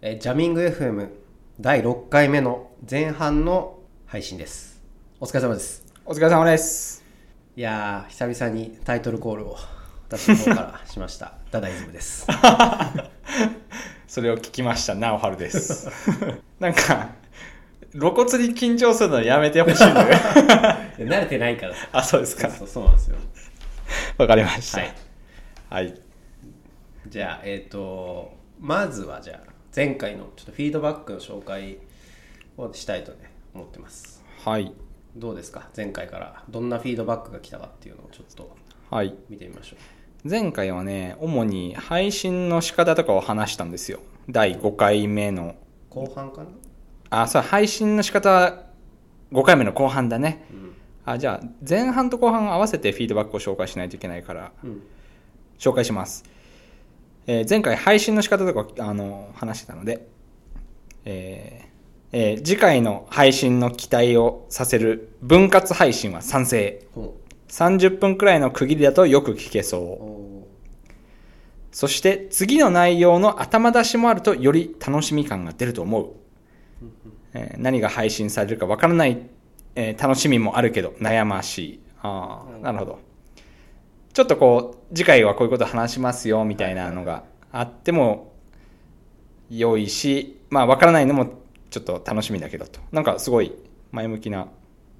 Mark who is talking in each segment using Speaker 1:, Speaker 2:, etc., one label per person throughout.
Speaker 1: えージャミング FM 第6回目の前半の配信ですお疲れ様です
Speaker 2: お疲れ様です。
Speaker 1: いやー久々にタイトルコールを私の方からしました ダダイズムです
Speaker 2: それを聞きました、なおはるです。 なんか、露骨に緊張するのやめてほしいの よ。
Speaker 1: 慣れてないから
Speaker 2: あ、そうですか。
Speaker 1: そうそうなんですよ
Speaker 2: わかりました。
Speaker 1: は
Speaker 2: はいい。
Speaker 1: じゃあえっ、とまずはじゃあ前回のちょっとフィードバックの紹介をしたいとね思ってます
Speaker 2: はい。
Speaker 1: どうですか前回からどんなフィードバックが来たかっていうのをちょっと
Speaker 2: はい。
Speaker 1: 見てみましょ
Speaker 2: 前回はね、主に配信の仕方とかを話したんですよ。第5回目の。
Speaker 1: う後半かな
Speaker 2: あ、そう、配信の仕方、5回目の後半だね。
Speaker 1: うん
Speaker 2: あ、じゃあ、前半と後半合わせてフィードバックを紹介しないといけないから、
Speaker 1: うん
Speaker 2: 紹介します、えー前回配信の仕方とかあの話してたので、えーえー次回の配信の期待をさせる分割配信は賛成
Speaker 1: ほ
Speaker 2: 30分くらいの区切りだとよく聞け
Speaker 1: う
Speaker 2: そう
Speaker 1: お
Speaker 2: そして次の内容の頭出しもあるとより楽しみ感が出ると思う、えー何が配信されるかわからない、えー楽しみもあるけど悩ましいああ、
Speaker 1: うん
Speaker 2: なるほどちょっとこう次回はこういうこと話しますよみたいなのがあっても良いしまあわからないのもちょっと楽しみだけどとなんかすごい前向きな
Speaker 1: ー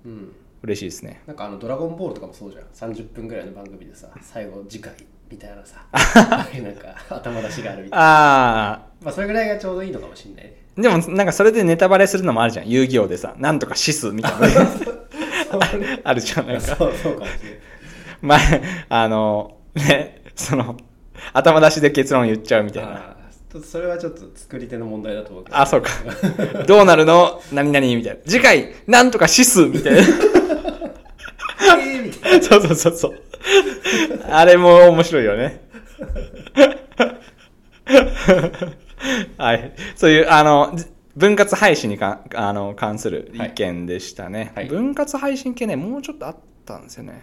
Speaker 1: うん
Speaker 2: 嬉しいですね
Speaker 1: なんかあの「ドラゴンボール」とかもそうじゃん30分ぐらいの番組でさ最後次回みたいなさああいうなんか頭出しがあるみたいな
Speaker 2: あ
Speaker 1: まあそれぐらいがちょうどいいのかもしんないね
Speaker 2: あでもなんかそれでネタバレするのもあるじゃん遊戯王でさなんとかシスみたいなのあるじゃんなんか
Speaker 1: そうそうかもしれない
Speaker 2: まああのねその頭出しで結論言っちゃうみたいな
Speaker 1: あーそれはちょっと作り手の問題だと思うけど
Speaker 2: あそうかどうなるの何々みたいな次回なんとかシスみたいな
Speaker 1: えーみたい
Speaker 2: そうそうそうそう。あれも面白いよね。はい。そういう、あの、じ分割配信にかあの関する意見でしたね、
Speaker 1: はいはい
Speaker 2: 分割配信系ね、もうちょっとあったんですよね。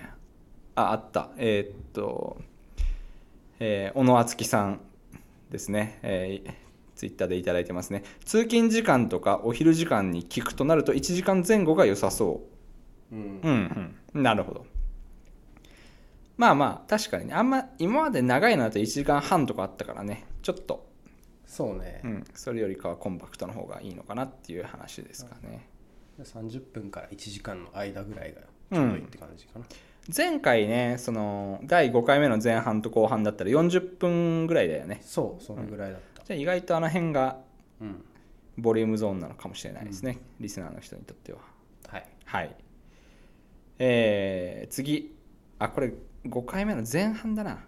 Speaker 2: あ、あった。えーっと、えー小野敦樹さんですね。えーツイッターでいただいてますね通勤時間とかお昼時間に聞くとなると1時間前後が良さそう
Speaker 1: な、 うん
Speaker 2: うんうん、なるほどまあまあ確かにねあんま今まで長いのだと1時間半とかあったからねちょっと、
Speaker 1: そうね
Speaker 2: う、ん、それよりかはコンパクトの方がいいのかなっていう話ですかね、
Speaker 1: 30分から1時間の間ぐらいがちょうどいいって感じかな、
Speaker 2: 前回ねその第5回目の前半と後半だったら40分ぐらいだよね
Speaker 1: そうそのぐらいだった
Speaker 2: じゃあ意外とあの辺が
Speaker 1: うん
Speaker 2: ボリュームゾーンなのかもしれないですね、リスナーの人にとっては
Speaker 1: はい
Speaker 2: はいえー、次あこれ5回目の前半だな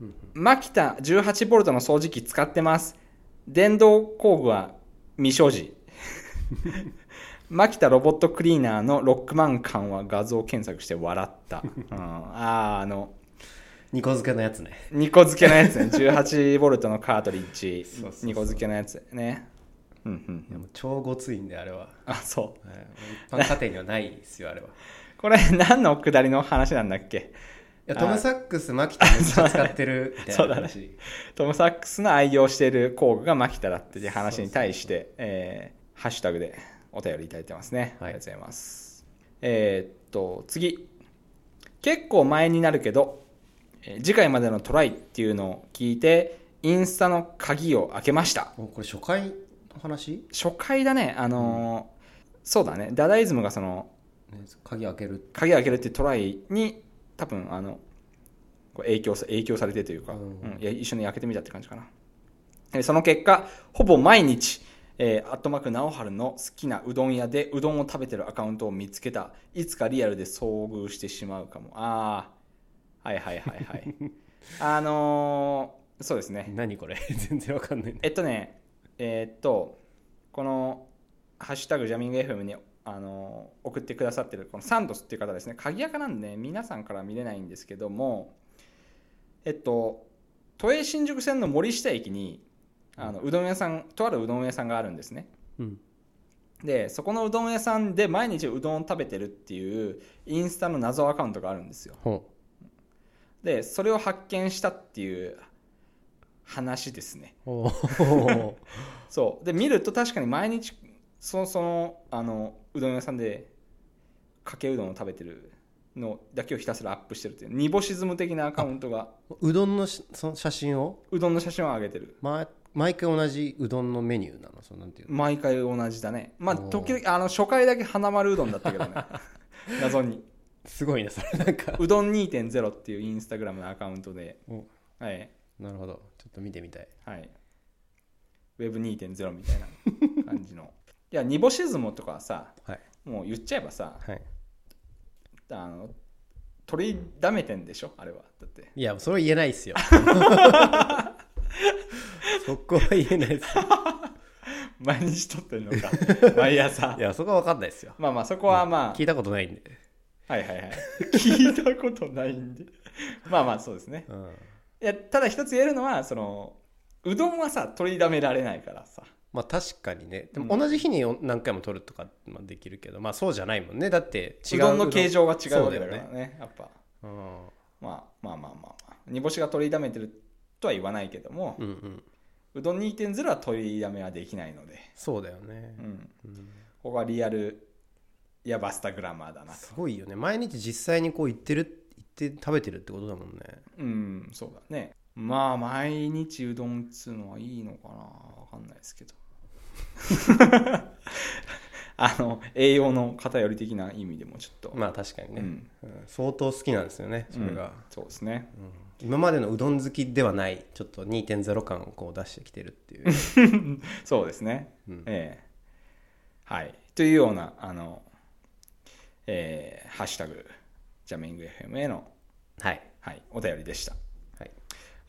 Speaker 1: うんうん
Speaker 2: マキタ18ボルトの掃除機使ってます。電動工具は未所 持。マキタロボットクリーナーのロックマン感は画像検索して笑った。うん、あーあの、
Speaker 1: 2個漬けのやつね
Speaker 2: 2個付けの やつね。18ボルトのカートリッジ
Speaker 1: そうそうそう。
Speaker 2: 2個付けのやつね。うんう
Speaker 1: いや
Speaker 2: ん。
Speaker 1: もう超ごついんであれは、
Speaker 2: あ、そう。
Speaker 1: はい一般家庭にはないですよあれはい
Speaker 2: これ何の下りの話なんだっけ
Speaker 1: やトム・サックスマキタめっちゃ使って るみたい
Speaker 2: そう
Speaker 1: な
Speaker 2: だね
Speaker 1: 話、
Speaker 2: トム・サックスの愛用している工具がマキタだっていう話に対して、えーハッシュタグでお便りいただいてますね。
Speaker 1: はい
Speaker 2: ありがとうございます。えーっと、次。結構前になるけど、えー次回までのトライっていうのを聞いて、インスタの鍵を開けました。
Speaker 1: おこれ初回の話、
Speaker 2: 初回だね、あのーそうだね、ダダイズムがその、
Speaker 1: ね、鍵開ける
Speaker 2: 鍵を開けるっていうトライに、多分、あの、こう影響さ影響されてというか、
Speaker 1: うん
Speaker 2: うんいや一緒に開けてみたって感じかな。えーその結果、ほぼ毎日、えー、アットマーク直春の好きなうどん屋でうどんを食べてるアカウントを見つけた。いつかリアルで遭遇してしまうかも。ああ、はいはいはいはい。あのーそうですね。
Speaker 1: 何これ 全然わかんないんだ
Speaker 2: えっとね、えーっと、この、ハッシュタグジャミング FM に、あのー送ってくださってる、このサンドスっていう方ですね。鍵垢なんでね、皆さんから見れないんですけども、えっと、都営新宿線の森下駅に、あのうどん屋さん、とあるうどん屋さんがあるんですね。
Speaker 1: うん
Speaker 2: で、そこのうどん屋さんで毎日うどんを食べてるっていう、インスタの謎アカウントがあるんですよ。
Speaker 1: ほ
Speaker 2: で、それを発見したっていう話ですね。
Speaker 1: うおー
Speaker 2: そうで見ると確かに毎日そのそのあのうどん屋さんでかけうどんを食べてるのだけをひたすらアップしてるっていうニボシズム的なアカウントが
Speaker 1: うどんのしその写真を、
Speaker 2: うどんの写真を上げてる
Speaker 1: ま、毎回同じうどんのメニューなのそのなんていうの
Speaker 2: 毎回同じだねまあ
Speaker 1: おー
Speaker 2: 時々あの初回だけ花丸うどんだった けどね謎に
Speaker 1: すごいねそれ なんか
Speaker 2: うどん2.0っていうインスタグラムのアカウントで
Speaker 1: お
Speaker 2: はい
Speaker 1: なるほどちょっと見てみたい
Speaker 2: はい、Web2.0 みたいな感じ のいやニボシズムとかはさ
Speaker 1: はい
Speaker 2: もう言っちゃえばさ
Speaker 1: はい
Speaker 2: あの取りだめてんでしょあれはだって
Speaker 1: いやそれは言えないっす よそこは言えないっすよ
Speaker 2: 毎日取ってん のか毎朝
Speaker 1: いやそこは分かんないっすよ
Speaker 2: まあまあそこはま
Speaker 1: 聞いたことないんで、
Speaker 2: あはいはいはい聞いたことないんで まあまあそうですね
Speaker 1: うん、
Speaker 2: いやただ一つ言えるのはそのうどんはさ取りだめられないからさ
Speaker 1: まあ確かにねで
Speaker 2: う
Speaker 1: も同じ日に何回も撮るとかまあできるけどまあそうじゃないもんねだって違
Speaker 2: う
Speaker 1: う
Speaker 2: どんの形状が違うわけ
Speaker 1: そ
Speaker 2: だ
Speaker 1: う
Speaker 2: か
Speaker 1: だ
Speaker 2: ら
Speaker 1: よ
Speaker 2: ね
Speaker 1: ね
Speaker 2: やっぱ
Speaker 1: うん
Speaker 2: まあまあまあまあ、まあ、煮干しが取りだめてるとは言わないけども、
Speaker 1: うんうん
Speaker 2: うどん2.0は取りやめはできないので、
Speaker 1: そうだよ
Speaker 2: う
Speaker 1: ね、
Speaker 2: ん、
Speaker 1: うん
Speaker 2: ここはリアルいやバスタグラマーだなと
Speaker 1: すごいよね毎日実際にこう行ってる行って食べてるってことだもんね
Speaker 2: うんそうだねまあ毎日うどんっつうのはいいのかなわかんないですけど あの栄養の偏り的な意味でもちょっと、
Speaker 1: まあ確かに
Speaker 2: う
Speaker 1: ね、
Speaker 2: ん
Speaker 1: うん相当好きなんですよねそれが、
Speaker 2: そうですね
Speaker 1: 今までのうどん好きではないちょっと2.0感をこう出してきてるって いう、
Speaker 2: そうですね、
Speaker 1: うん
Speaker 2: ええはいというようなあのええハッシュタグジャミング FM への
Speaker 1: はい、
Speaker 2: はい、お便りでした。
Speaker 1: はい、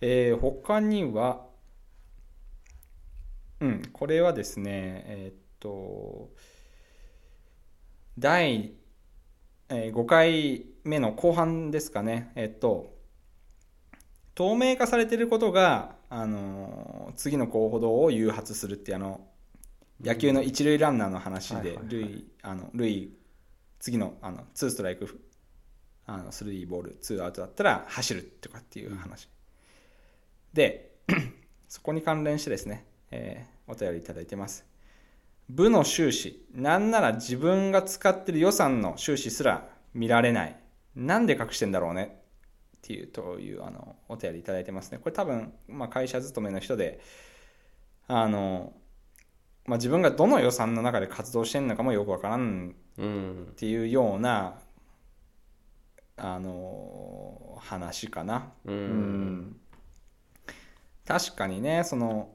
Speaker 2: えー他には、うん、これはですね、えーっと、第、えー5回目の後半ですかね、えーっと、透明化されていることが、あのー次の候補動を誘発するっていうあの、野球の一塁ランナーの話
Speaker 1: はい
Speaker 2: で
Speaker 1: はい、はい
Speaker 2: 塁、あの、塁、次の、あの、ツーストライク、あの、スリーボール、ツーアウトだったら走るとかっていう話。で、 そこに関連してですね、えーお便りいただいてます。部の収支、なんなら自分が使ってる予算の収支すら見られない。なんで隠してんだろうねっていう、という、あの、お便りいただいてますね。これ多分、まあ、会社勤めの人で、あの、まあ、自分がどの予算の中で活動してるのかもよくわからん
Speaker 1: うん
Speaker 2: っ、ていうようなあの話かな
Speaker 1: うん
Speaker 2: うん確かにねその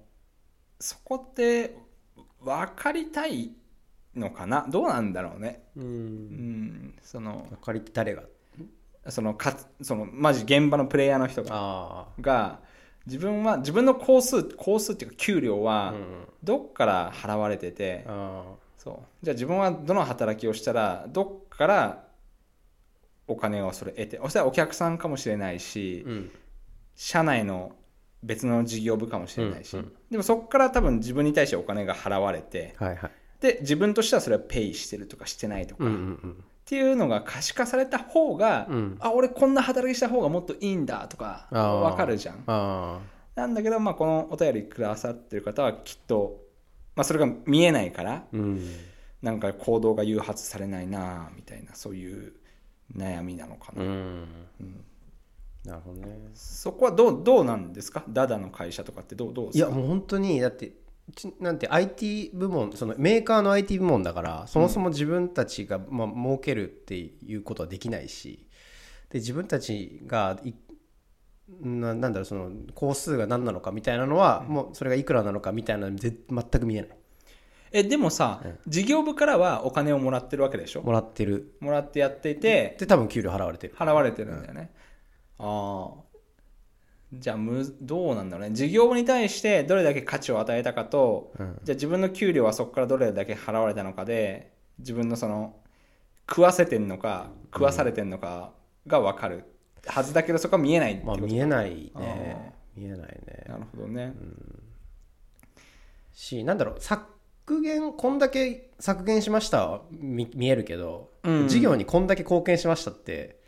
Speaker 2: そこって分かりたいのかなどうなんだろうね
Speaker 1: う、
Speaker 2: うんんその
Speaker 1: 分かり誰が
Speaker 2: そのかつそのマジ現場のプレイヤーの人が
Speaker 1: あ
Speaker 2: が自分は自分の工数工数っていうか給料
Speaker 1: あ、
Speaker 2: は
Speaker 1: うん、
Speaker 2: どっから払われてて、
Speaker 1: あ
Speaker 2: そうじゃあ自分はどの働きをしたらどっからお金をそれ得てそしたらお客さんかもしれない
Speaker 1: ー
Speaker 2: し、
Speaker 1: うん
Speaker 2: 社内の別の事業部かもしれないし、
Speaker 1: うんうん
Speaker 2: でもそこから多分自分に対してお金が払われて
Speaker 1: はいはい
Speaker 2: で自分としてはそれはペイしてるとかしてないとか、
Speaker 1: うんう
Speaker 2: っ
Speaker 1: ん
Speaker 2: ていうのが可視化された方が、
Speaker 1: うんうん
Speaker 2: あ俺こんな働きした方がもっといいんだとか
Speaker 1: あー
Speaker 2: わかるじゃん
Speaker 1: あ
Speaker 2: なんだけど、まあ、このお便りくださってる方はきっと、まあ、それが見えないから
Speaker 1: あうん
Speaker 2: なんか行動が誘発されないなあみたいなそういう悩みなのか
Speaker 1: う
Speaker 2: な、
Speaker 1: ん
Speaker 2: うん
Speaker 1: なるほどね
Speaker 2: そこはどうどうなんですかダダの会社とかってどうどうで
Speaker 1: い
Speaker 2: す
Speaker 1: や
Speaker 2: か
Speaker 1: もう本当にだってうちなんて IT 部門そのメーカーの IT 部門だからそもそも自分たちが、まあ、儲けるっていうことはできないしで自分たちがいななんだろうその工数が何なのかみたいなのは、もうそれがいくらなのかみたいなのぜ全く見えない
Speaker 2: えでもさ、
Speaker 1: うん
Speaker 2: 事業部からはお金をもらってるわけでしょ
Speaker 1: もらってる
Speaker 2: もらってやっていて
Speaker 1: で多分給料払われてる
Speaker 2: 払われてるんだよね、ああじゃあむどうなんだろうね事業部に対してどれだけ価値を与えたかと
Speaker 1: うん
Speaker 2: じゃあ自分の給料はそこからどれだけ払われたのかで自分のその食わせてんのか食わされてんのかが分かるはずだけどそこは見えないって
Speaker 1: まあ
Speaker 2: こと、
Speaker 1: 見えないね見えないね
Speaker 2: なるほどね、
Speaker 1: しなんだろう削減こんだけ削減しましたは見見えるけど、
Speaker 2: うん
Speaker 1: 事業にこんだけ貢献しましたって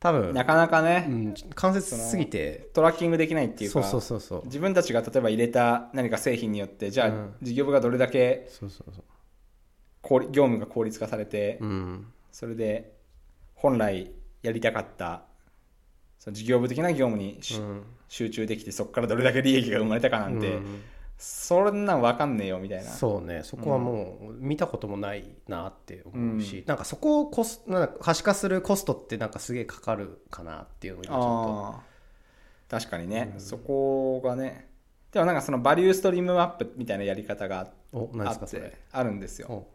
Speaker 1: 多分
Speaker 2: なかなか
Speaker 1: う
Speaker 2: ね、
Speaker 1: ん、間接すぎて
Speaker 2: トラッキングできないっていう
Speaker 1: そ
Speaker 2: か
Speaker 1: うそうそうそう
Speaker 2: 自分たちが例えば入れた何か製品によってじゃあ
Speaker 1: うん
Speaker 2: 事業部がどれだけ
Speaker 1: そうそうそう
Speaker 2: 効率業務が効率化されて、
Speaker 1: うん
Speaker 2: それで本来やりたかったその事業部的な業務にし、
Speaker 1: うん
Speaker 2: 集中できてそこからどれだけ利益が生まれたかなんて、
Speaker 1: うん
Speaker 2: そんなん分かんねえよみたいな
Speaker 1: そうねそこはもう見たこともないなって思うし、
Speaker 2: う
Speaker 1: なんかそこをコスなんか可視化するコストってなんかすげえかかるかなっていうのを今ちょ
Speaker 2: あー確かにね、そこがねでもなんかそのバリューストリームアップみたいなやり方が
Speaker 1: っとお何
Speaker 2: あ
Speaker 1: ですか
Speaker 2: っ
Speaker 1: それ
Speaker 2: てあるんですよ
Speaker 1: お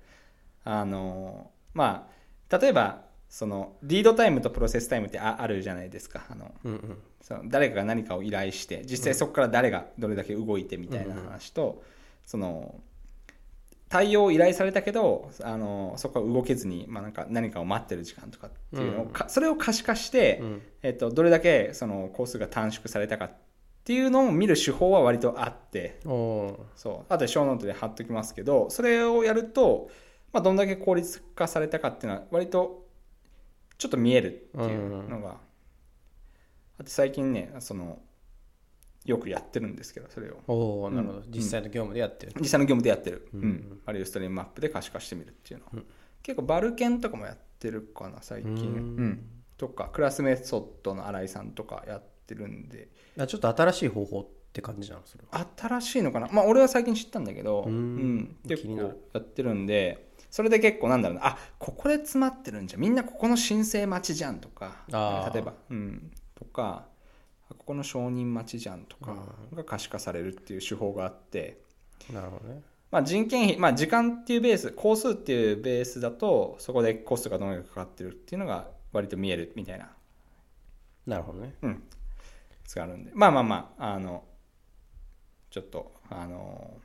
Speaker 2: あのまあ例えばそのリードタイムとプロセスタイムってああるじゃないですかあの
Speaker 1: うんうん
Speaker 2: その誰かが何かを依頼して実際そこから誰がどれだけ動いてみたいな話と、その対応を依頼されたけどあのそこは動けずに、まあ、なんか何かを待ってる時間とかっていうのを、
Speaker 1: うん
Speaker 2: かそれを可視化して、
Speaker 1: うん
Speaker 2: えっと、どれだけその工数が短縮されたかっていうのを見る手法は割とあって
Speaker 1: おー
Speaker 2: そうあとで小ノートで貼っときますけどそれをやると、まあ、どんだけ効率化されたかっていうのは割とちょっと見えるっていうのが、あと最近ねそのよくやってるんですけどそれを
Speaker 1: おーなるほど、
Speaker 2: うん
Speaker 1: 実際の業務でやってる、
Speaker 2: 実際の業務でやってる、
Speaker 1: う
Speaker 2: うんんあるいはストリームマップで可視化してみるっていうのは、
Speaker 1: うん
Speaker 2: 結構バルケンとかもやってるかな最近、
Speaker 1: う
Speaker 2: うんんとかクラスメソッドの新井さんとかやってるんで
Speaker 1: あちょっと新しい方法って感じなのそれは
Speaker 2: 新しいのかなまあ俺は最近知ったんだけど、
Speaker 1: う
Speaker 2: うんん結
Speaker 1: 気になる
Speaker 2: 構やってるんでそれで結構なんだろうなあここで詰まってるんじゃんみんなここの申請待ちじゃんとか
Speaker 1: あー
Speaker 2: 例えば、うん、とかあここの承認待ちじゃんとかが可視化されるっていう手法があって、
Speaker 1: なるほどね
Speaker 2: まあ、人件費、まあ、時間っていうベース工数っていうベースだとそこでコストがどのぐらいかかってるっていうのが割と見えるみたいな
Speaker 1: なるほどね
Speaker 2: うん、使あるんでまあまあまああのちょっとあの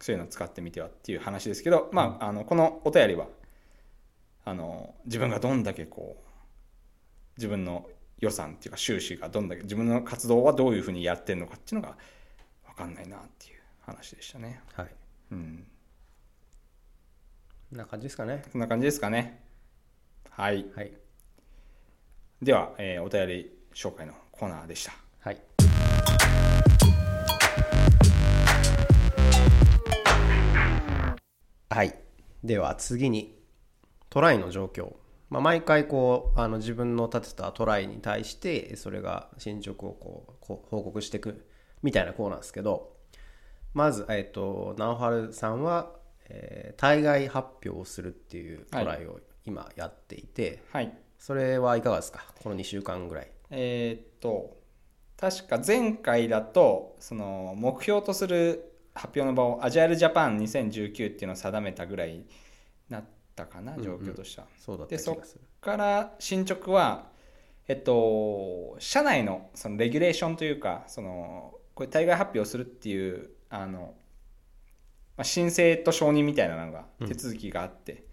Speaker 2: そういうの使ってみてはっていう話ですけど、まあ、あのこのお便りはあの自分がどんだけこう自分の予算っていうか収支がどんだけ自分の活動はどういうふうにやってるのかっていうのが分かんないなっていう話でしたね。
Speaker 1: はい
Speaker 2: うん、
Speaker 1: こんな感じですかね
Speaker 2: そんな感じですかね。はい、
Speaker 1: はい
Speaker 2: では、えーお便り紹介のコーナーでした。
Speaker 1: はいはいでは次にトライの状況、まあ、毎回こうあの自分の立てたトライに対してそれが進捗をこうこう報告していくみたいなコーナーですけどまず、えっと直春さんは、えー対外発表をするっていうトライを今やっていて、
Speaker 2: はい
Speaker 1: それはいかがですかこの2週間ぐらい
Speaker 2: えーっと確か前回だとその目標とする発表の場を AgileJapan2019 っていうのを定めたぐらいになったかな
Speaker 1: うんうん
Speaker 2: 状況としては、
Speaker 1: そうだった
Speaker 2: で
Speaker 1: 気
Speaker 2: そっ
Speaker 1: がする
Speaker 2: から進捗はえっと社内のそのレギュレーションというかそのこれ対外発表するっていうあの、まあ、申請と承認みたいなのが
Speaker 1: うん
Speaker 2: 手続きがあって、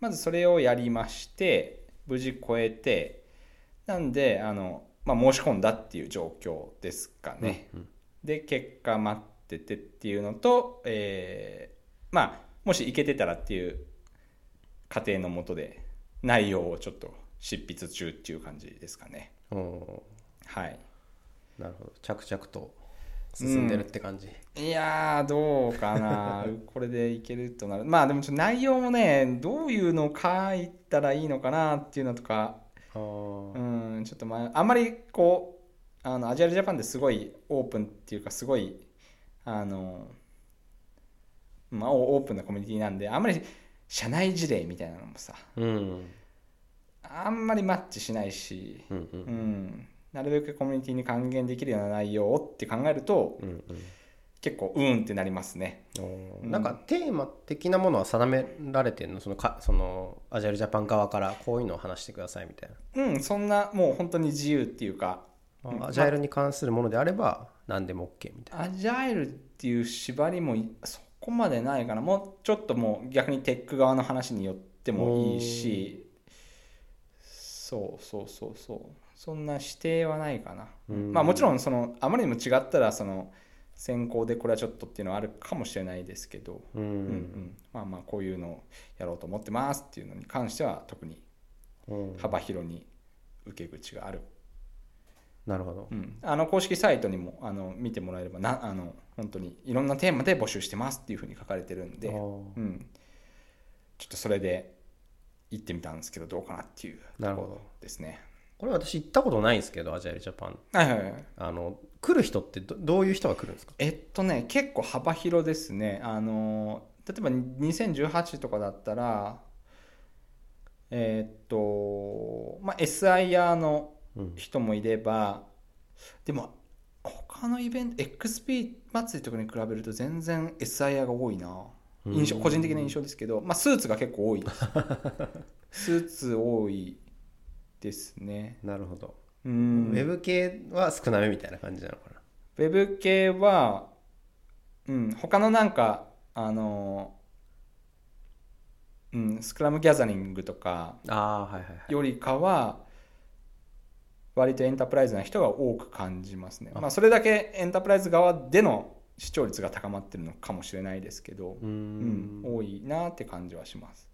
Speaker 2: まずそれをやりまして無事超えてなんであの、まあ、申し込んだっていう状況ですかね。
Speaker 1: うん
Speaker 2: で結果待っててっていうのと、えーまあもし行けてたらっていう過程のもとで内容をちょっと執筆中っていう感じですかね
Speaker 1: うんお
Speaker 2: はい
Speaker 1: ーなるほど着々と進んでるって感じ、
Speaker 2: いやーどうか なこれでいけるとなるまあでもちょっと内容もねどういうのを書いたらいいのかなっていうのとか
Speaker 1: あー
Speaker 2: うんちょっとまああんまりこうあのアジアルジャパンですごいオープンっていうかすごいあのまあオオープンなコミュニティなんであんまり社内事例みたいなのもさ
Speaker 1: うん
Speaker 2: あんまりマッチしないし、
Speaker 1: うんう
Speaker 2: うんん、なるべくコミュニティに還元できるような内容をって考えると
Speaker 1: うん
Speaker 2: 結構うーんってなりますね
Speaker 1: うんおー
Speaker 2: うん
Speaker 1: なんかテーマ的なものは定められてんのそのかそのアジャルジャパン側からこういうのを話してくださいみたい
Speaker 2: うんそんなもう本当に自由っていうか
Speaker 1: な、
Speaker 2: うん
Speaker 1: アジャイルに関するものであれば何でも OK みたい
Speaker 2: アジャイルっていう縛りもいそこまでないかなもうちょっともう逆にテック側の話によってもいいしそうそうそうそうそんな指定はないかな
Speaker 1: うん
Speaker 2: まあもちろんそのあまりにも違ったらその先行でこれはちょっとっていうのはあるかもしれないですけど、
Speaker 1: なうん、
Speaker 2: うんうんまあまあこういうのをやろうと思ってますっていうのに関しては特に
Speaker 1: うん
Speaker 2: 幅広に受け口がある、
Speaker 1: なるほど
Speaker 2: うん、あの公式サイトにもあの見てもらえればなあの本当にいろんなテーマで募集してますっていうふうに書かれてるんで、
Speaker 1: あ
Speaker 2: う
Speaker 1: ー
Speaker 2: ん、ちょっとそれで行ってみたんですけどどうかなっていう
Speaker 1: なるほど
Speaker 2: ですね
Speaker 1: これ私行ったことないんですけどアジャイルジャパン
Speaker 2: はいはいはい
Speaker 1: あの来る人ってどどういう人が来るんですか
Speaker 2: えっとね結構幅広ですねあの例えば2018とかだったらえっと、まあ、SIR の
Speaker 1: うん
Speaker 2: 人もいればでも他のイベント XP 祭りとかに比べると全然 SIR が多いな印象
Speaker 1: うん
Speaker 2: 個人的な印象ですけど、まあ、スーツが結 構多いですスーツ多いですね
Speaker 1: なるほど、
Speaker 2: うん
Speaker 1: ウェブ系は少なめみたいな感じなのかな
Speaker 2: ウェブ系は、うん、他のなんか、あの、うん、スクラムギャザリングとか
Speaker 1: ああーはいはいはい
Speaker 2: よりかは、割とエンタープライズな人が多く感じますね。まあ、それだけエンタープライズ側での視聴率が高まってるのかもしれないですけ
Speaker 1: う
Speaker 2: ど、
Speaker 1: ー
Speaker 2: うんん、多いなって感じはします。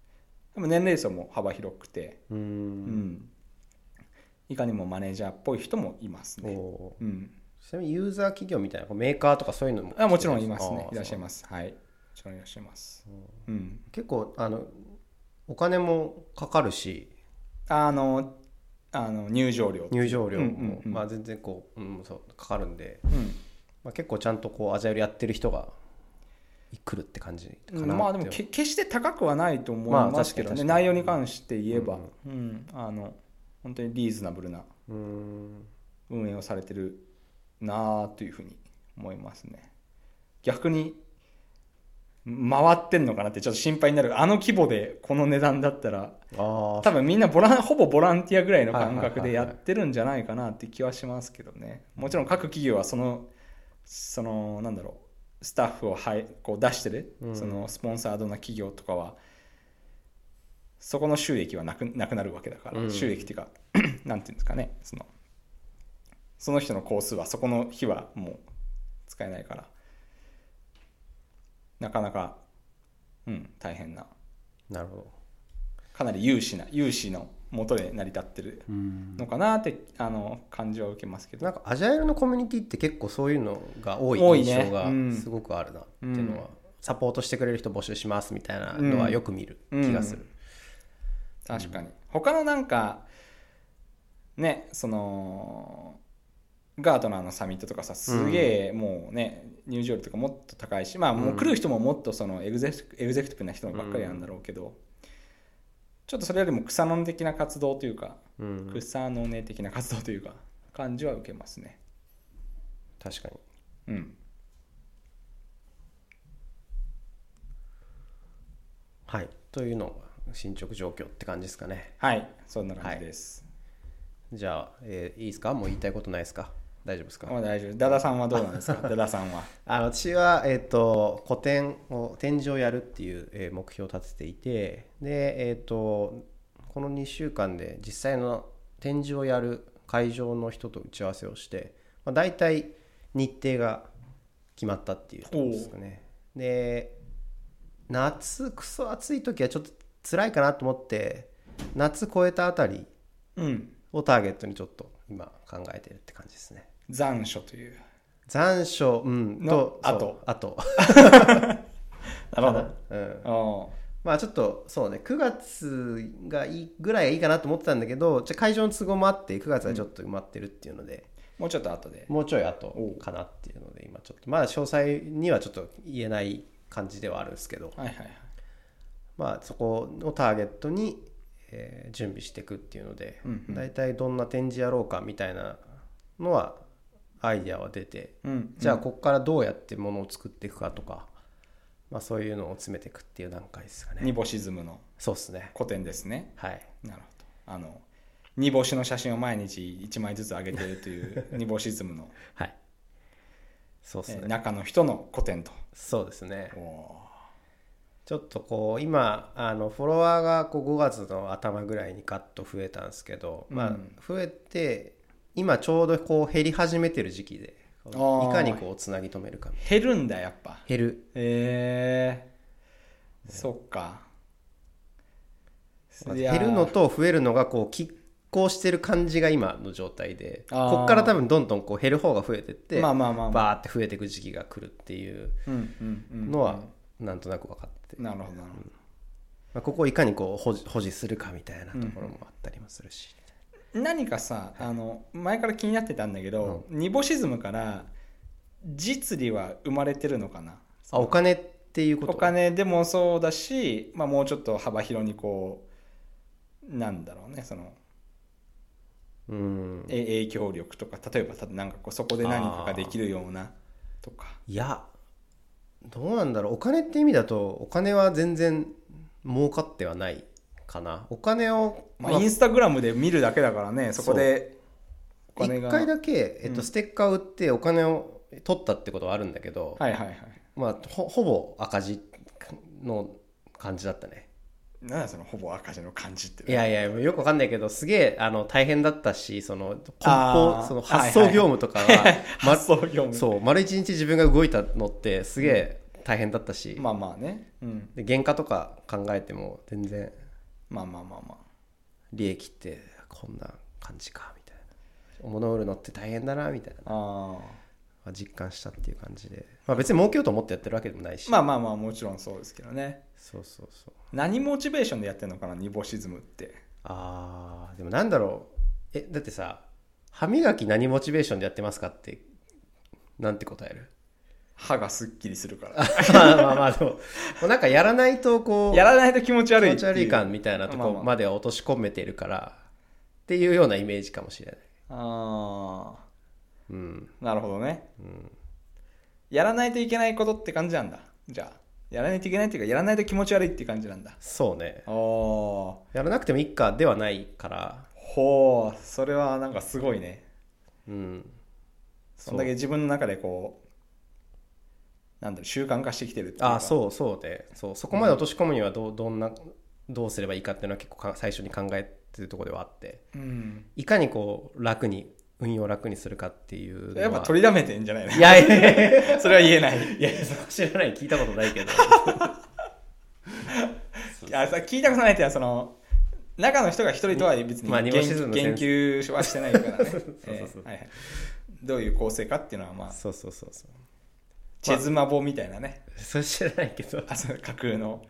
Speaker 2: でも年齢層も幅広くて、
Speaker 1: うー
Speaker 2: うんん、いかにもマネージャーっぽい人もいますね。
Speaker 1: おー
Speaker 2: うん
Speaker 1: ちなみにユーザー企業みたいなこうメーカーとかそういうのも
Speaker 2: あもちろんいますね
Speaker 1: あ。ー
Speaker 2: いらっしゃい
Speaker 1: そう
Speaker 2: ます。はい。もちろんいらっしゃいます。うん。
Speaker 1: 結構あのお金もかかるし
Speaker 2: あの、あの入場料。
Speaker 1: 入場料も、
Speaker 2: うんうんうん
Speaker 1: まあ、全然こう、うん、そうかかるんで、
Speaker 2: うん。
Speaker 1: まあ、結構ちゃんとこうアジャイルやってる人が来るって感じかなって
Speaker 2: まあでもけ決して高くはないと思い
Speaker 1: まあ
Speaker 2: ますけど
Speaker 1: 確
Speaker 2: ね、
Speaker 1: かに
Speaker 2: 内容に関して言えば、
Speaker 1: うん
Speaker 2: うんあの本当にリーズナブルな
Speaker 1: うーん
Speaker 2: 運営をされてるなあというふうに思いますね逆に回ってんのかなってちょっと心配になるあの規模でこの値段だったら
Speaker 1: ああ
Speaker 2: 多分みんなボランほぼボランティアぐらいの感覚
Speaker 1: はいはい
Speaker 2: で
Speaker 1: はいは
Speaker 2: や
Speaker 1: い
Speaker 2: ってるんじゃないかなって気はしますけどねもちろん各企業はそのそのなんだろうスタッフをはいこう出してる、
Speaker 1: うん
Speaker 2: そのスポンサードな企業とかはそこの収益はなくなくなるわけだから、
Speaker 1: うん
Speaker 2: 収益っていうか なんていうんですかねそのその人の工数はそこの日はもう使えないからなかなか、うん、大変な
Speaker 1: なるほど
Speaker 2: かなり有志な有志の元で成り立ってるのかなってあの感じは受けますけど
Speaker 1: なんかアジャイルのコミュニティって結構そういうのが多い
Speaker 2: 多いね
Speaker 1: 印象が
Speaker 2: うん
Speaker 1: すごくあるなっていうのは、サポートしてくれる人募集しますみたいなの
Speaker 2: う
Speaker 1: は
Speaker 2: ん
Speaker 1: よく見る気がする、
Speaker 2: 確かに、他のなんかねそのガートナーのサミットとかさすげえもうね、入場料とかもっと高いしまあもう来る人ももっとそのエグゼクエグゼクティブな人ばっかりなんだろうけど、ちょっとそれよりも草の根的な活動というか、
Speaker 1: うん
Speaker 2: 草の根的な活動というか感じは受けますね。
Speaker 1: 確かに
Speaker 2: うん、
Speaker 1: はいというのが進捗状況って感じですかね
Speaker 2: はいそんな感じです。
Speaker 1: じゃあ、えーいいですかもう言いたいことないですか大丈夫ですか、
Speaker 2: まあ大丈夫。ダダさんはどうなんです かダダさんは。
Speaker 1: あの私は、えっと個展を展示をやるっていう、えー目標を立てていてで、えっとこの2週間で実際の展示をやる会場の人と打ち合わせをして、まあ、大体日程が決まったっていうところですかね。で夏クソ暑い時はちょっと辛いかなと思って夏超えたあたり
Speaker 2: うん。
Speaker 1: をターゲットにちょっと今考えてるって感じですね。
Speaker 2: 残暑という。
Speaker 1: 残暑、うん、
Speaker 2: の
Speaker 1: と
Speaker 2: 後
Speaker 1: そうあと、
Speaker 2: な るほ
Speaker 1: うん、
Speaker 2: ど。
Speaker 1: まあちょっとそうね9月がいいぐらいがいいかなと思ってたんだけどじゃあ会場の都合もあって9月はちょっと埋まってるっていうので、
Speaker 2: もうちょっと後で。
Speaker 1: もうちょい後かなっていうので今ちょっとまだ詳細にはちょっと言えない感じではあるんですけど、
Speaker 2: はいはいはい。
Speaker 1: まあ、そこをターゲットに、えー準備していくっていうので、
Speaker 2: うんうん
Speaker 1: 大体どんな展示やろうかみたいなのはアイデアは出て
Speaker 2: うん。
Speaker 1: じゃあここからどうやってものを作っていくかとか、まあ、そういうのを詰めていくっていう段階ですかね。
Speaker 2: ニボシズムの
Speaker 1: そうですね
Speaker 2: 古典ですね。
Speaker 1: はい
Speaker 2: なるほど。あの、煮干しの写真を毎日1枚ずつ上げているという 煮干しズムの
Speaker 1: はいそうです
Speaker 2: え
Speaker 1: ね、
Speaker 2: 中の人の古典と。
Speaker 1: そうですね
Speaker 2: おー
Speaker 1: ちょっとこう今あのフォロワーがこう5月の頭ぐらいにガッと増えたんですけど、まあ
Speaker 2: うん
Speaker 1: 増えて今ちょうどこう減り始めてる時期でい
Speaker 2: ー
Speaker 1: かにこうつなぎ止めるか
Speaker 2: 減るんだ、やっぱ。
Speaker 1: 減る
Speaker 2: えー。そっか。
Speaker 1: 減るのと増えるのがこうき行してる感じが今の状態で
Speaker 2: あー
Speaker 1: こっから多分どんどんこう減る方が増えてって、
Speaker 2: まあまあまあまあ
Speaker 1: バーって増えていく時期が来るっていう
Speaker 2: うんうんうん
Speaker 1: のはなんとなく分かって、
Speaker 2: なるほどなるほど
Speaker 1: まあ、ここをいかにこう保持保持するかみたいなところもあったりもするし、
Speaker 2: 何かさあの前から気になってたんだけど、ニボシズムから実利は生まれてるのかな
Speaker 1: あお金っていうこと
Speaker 2: お金でもそうだし、まあ、もうちょっと幅広にこうなんだろうねその
Speaker 1: うん
Speaker 2: え影響力とか例えばたなんかこうそこで何かができるようなとか
Speaker 1: いやどうなんだろうお金って意味だとお金は全然儲かってはないかなお金を、
Speaker 2: まあ、インスタグラムで見るだけだからねそこでお金が
Speaker 1: 1回だけ、えっ
Speaker 2: う
Speaker 1: と、
Speaker 2: ん
Speaker 1: ステッカーを売ってお金を取ったってことはあるんだけど、
Speaker 2: はいはいはい
Speaker 1: まあ、ほほぼ赤字の感じだったね
Speaker 2: なんだそのほぼ赤字の感じって
Speaker 1: いやいやよくわかんないけどすげえあの大変だったしその梱
Speaker 2: あ
Speaker 1: 包
Speaker 2: ー
Speaker 1: その発送業務と かはま
Speaker 2: 発送業務
Speaker 1: そう丸一日自分が動いたのってすげえ大変だったし、
Speaker 2: まあまあねうん
Speaker 1: で原価とか考えても全然
Speaker 2: まあまあまあまあ
Speaker 1: 利益ってこんな感じかみたいな物売るのって大変だなみたいな、
Speaker 2: あ
Speaker 1: まあ、実感したっていう感じで、まあ、別に儲けようと思ってやってるわけでもないし、
Speaker 2: ーまあまあまあもちろんそうですけどね
Speaker 1: そうそうそう
Speaker 2: 何モチベーションでやってんのかなニボシズムって
Speaker 1: あーでもなんだろうえだってさ歯磨き何モチベーションでやってますかってなんて答える
Speaker 2: 歯がすっきりするから
Speaker 1: まあまあまあでももうなんかやらないとこう
Speaker 2: やらないと気持ち悪い
Speaker 1: 気
Speaker 2: っ
Speaker 1: 持
Speaker 2: て
Speaker 1: ち
Speaker 2: いう
Speaker 1: 悪い感みたいなと
Speaker 2: まあま
Speaker 1: こ
Speaker 2: あ
Speaker 1: までは落とし込めてるからっていうようなイメージかもしれない
Speaker 2: あ
Speaker 1: うん
Speaker 2: あなるほどね、やらないといけないことって感じなんだじゃあやらないといけないっていうかやらないと気持ち悪いっていう感じなんだ
Speaker 1: そうね
Speaker 2: おお
Speaker 1: やらなくてもいいかではないから
Speaker 2: ほうそれはなんかすごいね
Speaker 1: うん
Speaker 2: そんだけ自分の中でこうなんだろう習慣化してきてるっていうか
Speaker 1: あそうそうでそうそこまで落とし込むにはどうどんなどうすればいいかっていうのは結構か最初に考えてるところではあって
Speaker 2: うん
Speaker 1: いかにこう楽に運用を楽にするかっていうのは
Speaker 2: やっぱ取りだめてんじゃないの
Speaker 1: いやいやいや
Speaker 2: それは言えない
Speaker 1: いやそこ知らない聞いたことない けど
Speaker 2: いやさ聞いたことないってのはその中の人が一人とは別に
Speaker 1: まあ
Speaker 2: 言
Speaker 1: ニモシズムの
Speaker 2: 言
Speaker 1: 先生
Speaker 2: 及はしてな いから
Speaker 1: そ
Speaker 2: ね
Speaker 1: うそうそう
Speaker 2: えーはいはいどういう構成かっていうのはまあ
Speaker 1: そうそうそうそう
Speaker 2: チェズマボみたいなね
Speaker 1: それ知らないけど
Speaker 2: あその架空の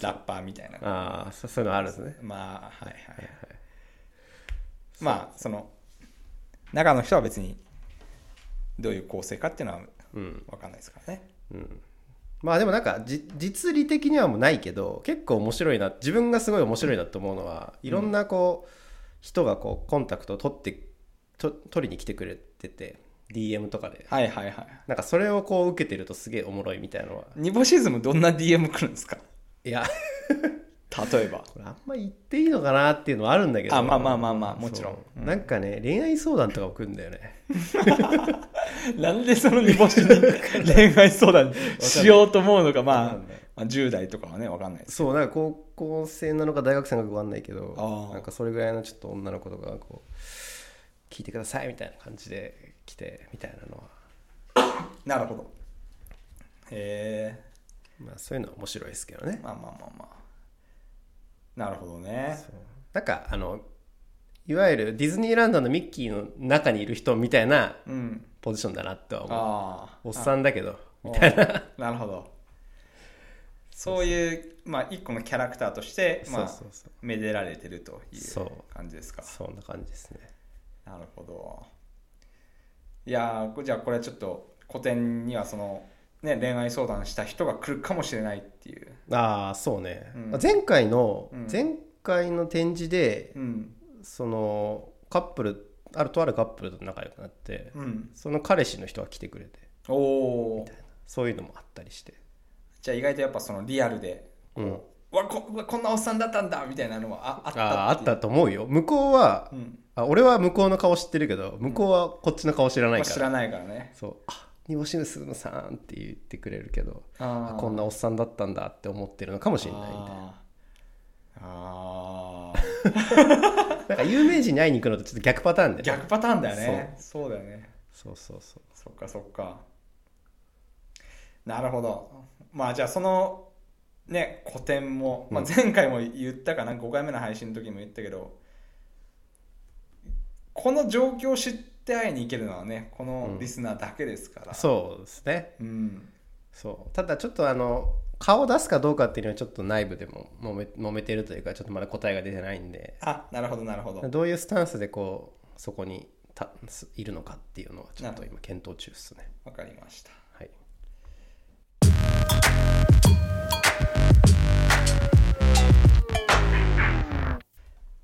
Speaker 2: ラッパーみたいな
Speaker 1: ああそうそういうのあるんですね
Speaker 2: まあはいはいはいまあその中の人は別にどういう構成かっていうのは
Speaker 1: うん
Speaker 2: 分かんないですからね
Speaker 1: まあでもなんかじ実利的にはもうないけど結構面白いな自分がすごい面白いなと思うのは、いろんなこう人がこうコンタクトを取ってと取りに来てくれてて DM とかで
Speaker 2: はいはいはい
Speaker 1: なんかそれをこう受けてるとすげえおもろいみたいなのは
Speaker 2: ニボシズムどんな DM 来るんですか
Speaker 1: いや
Speaker 2: 例えば
Speaker 1: これあんま言っていいのかなっていうのはあるんだけど
Speaker 2: あまあまあまあまあもちろん
Speaker 1: そうなんかね恋愛相談とかも来るんだよね
Speaker 2: なんでその煮干しに恋愛相談しようと思うのか、まあ、まあ10代とかはね、わかんないです。
Speaker 1: そうなんか高校生なのか大学生なのか分かんないけ
Speaker 2: あ
Speaker 1: ど
Speaker 2: ー
Speaker 1: なんかそれぐらいのちょっと女の子とかがこう聞いてくださいみたいな感じで来てみたいなのは、
Speaker 2: なるほど。へえ、
Speaker 1: まあ、そういうのは面白いですけどね
Speaker 2: まあまあまあまあ。なるほどね。
Speaker 1: なんかあのいわゆるディズニーランドのミッキーの中にいる人みたいな
Speaker 2: うん。
Speaker 1: ポジションだなとは思う
Speaker 2: あ
Speaker 1: おっさんだけど
Speaker 2: あ。
Speaker 1: みたいな
Speaker 2: なるほど。そういう、まあ、一個のキャラクターとして、まあ
Speaker 1: そうそうそう、
Speaker 2: めでられてるとい
Speaker 1: そう
Speaker 2: 感じですか。
Speaker 1: そんな感じですね
Speaker 2: なるほど。いやーこじゃあこれはちょっと古典にはその、ね、恋愛相談した人が来るかもしれないっていう。
Speaker 1: ああそうね、
Speaker 2: うん
Speaker 1: 前回の、
Speaker 2: うん
Speaker 1: 前回の展示で
Speaker 2: うん。
Speaker 1: そのカップルあるとあるカップルと仲良くなって、
Speaker 2: うん。
Speaker 1: その彼氏の人が来てくれて
Speaker 2: おおー。
Speaker 1: そういうのもあったりして
Speaker 2: じゃあ意外とやっぱそのリアルで、こう
Speaker 1: うん
Speaker 2: うわこうわこんなおっさんだったんだみたいなのはああっ
Speaker 1: ああ
Speaker 2: た
Speaker 1: あ
Speaker 2: てい
Speaker 1: っ
Speaker 2: う
Speaker 1: た。と思うよ向こうは、
Speaker 2: うん。
Speaker 1: あ俺は向こうの顔知ってるけど向こうはこっちの顔知らな
Speaker 2: ま
Speaker 1: い
Speaker 2: あ、
Speaker 1: か
Speaker 2: 知
Speaker 1: ら、
Speaker 2: らないからね。
Speaker 1: そう「あニボシウスのさん」って言ってくれるけどあ
Speaker 2: あ
Speaker 1: こん
Speaker 2: な
Speaker 1: なおっさんだったんだって思ってるのかもしれないみたいな
Speaker 2: あーあ
Speaker 1: なんか有名人に会いに行くのとちょっと逆パターンで
Speaker 2: ー。逆パターンだよね。そうだよね。
Speaker 1: そうそうそう
Speaker 2: そっかそっかなるほどまあじゃあそのね古典も、まあ、前回も言ったかな5回目の配信の時も言ったけど、この状況を知って会いに行けるのはねこ
Speaker 1: う
Speaker 2: の
Speaker 1: ん
Speaker 2: リスナーだけですから、
Speaker 1: そうですね
Speaker 2: うん
Speaker 1: そうただちょっとあの顔を出すかどうかっていうのはちょっと内部でも揉め揉めてるというかちょっとまだ答えが出てないんで
Speaker 2: あなるほどなるほど
Speaker 1: どういうスタンスでこうそこにたすいるのかっていうのはちょっと今検討中ですね。
Speaker 2: わかりました
Speaker 1: はい、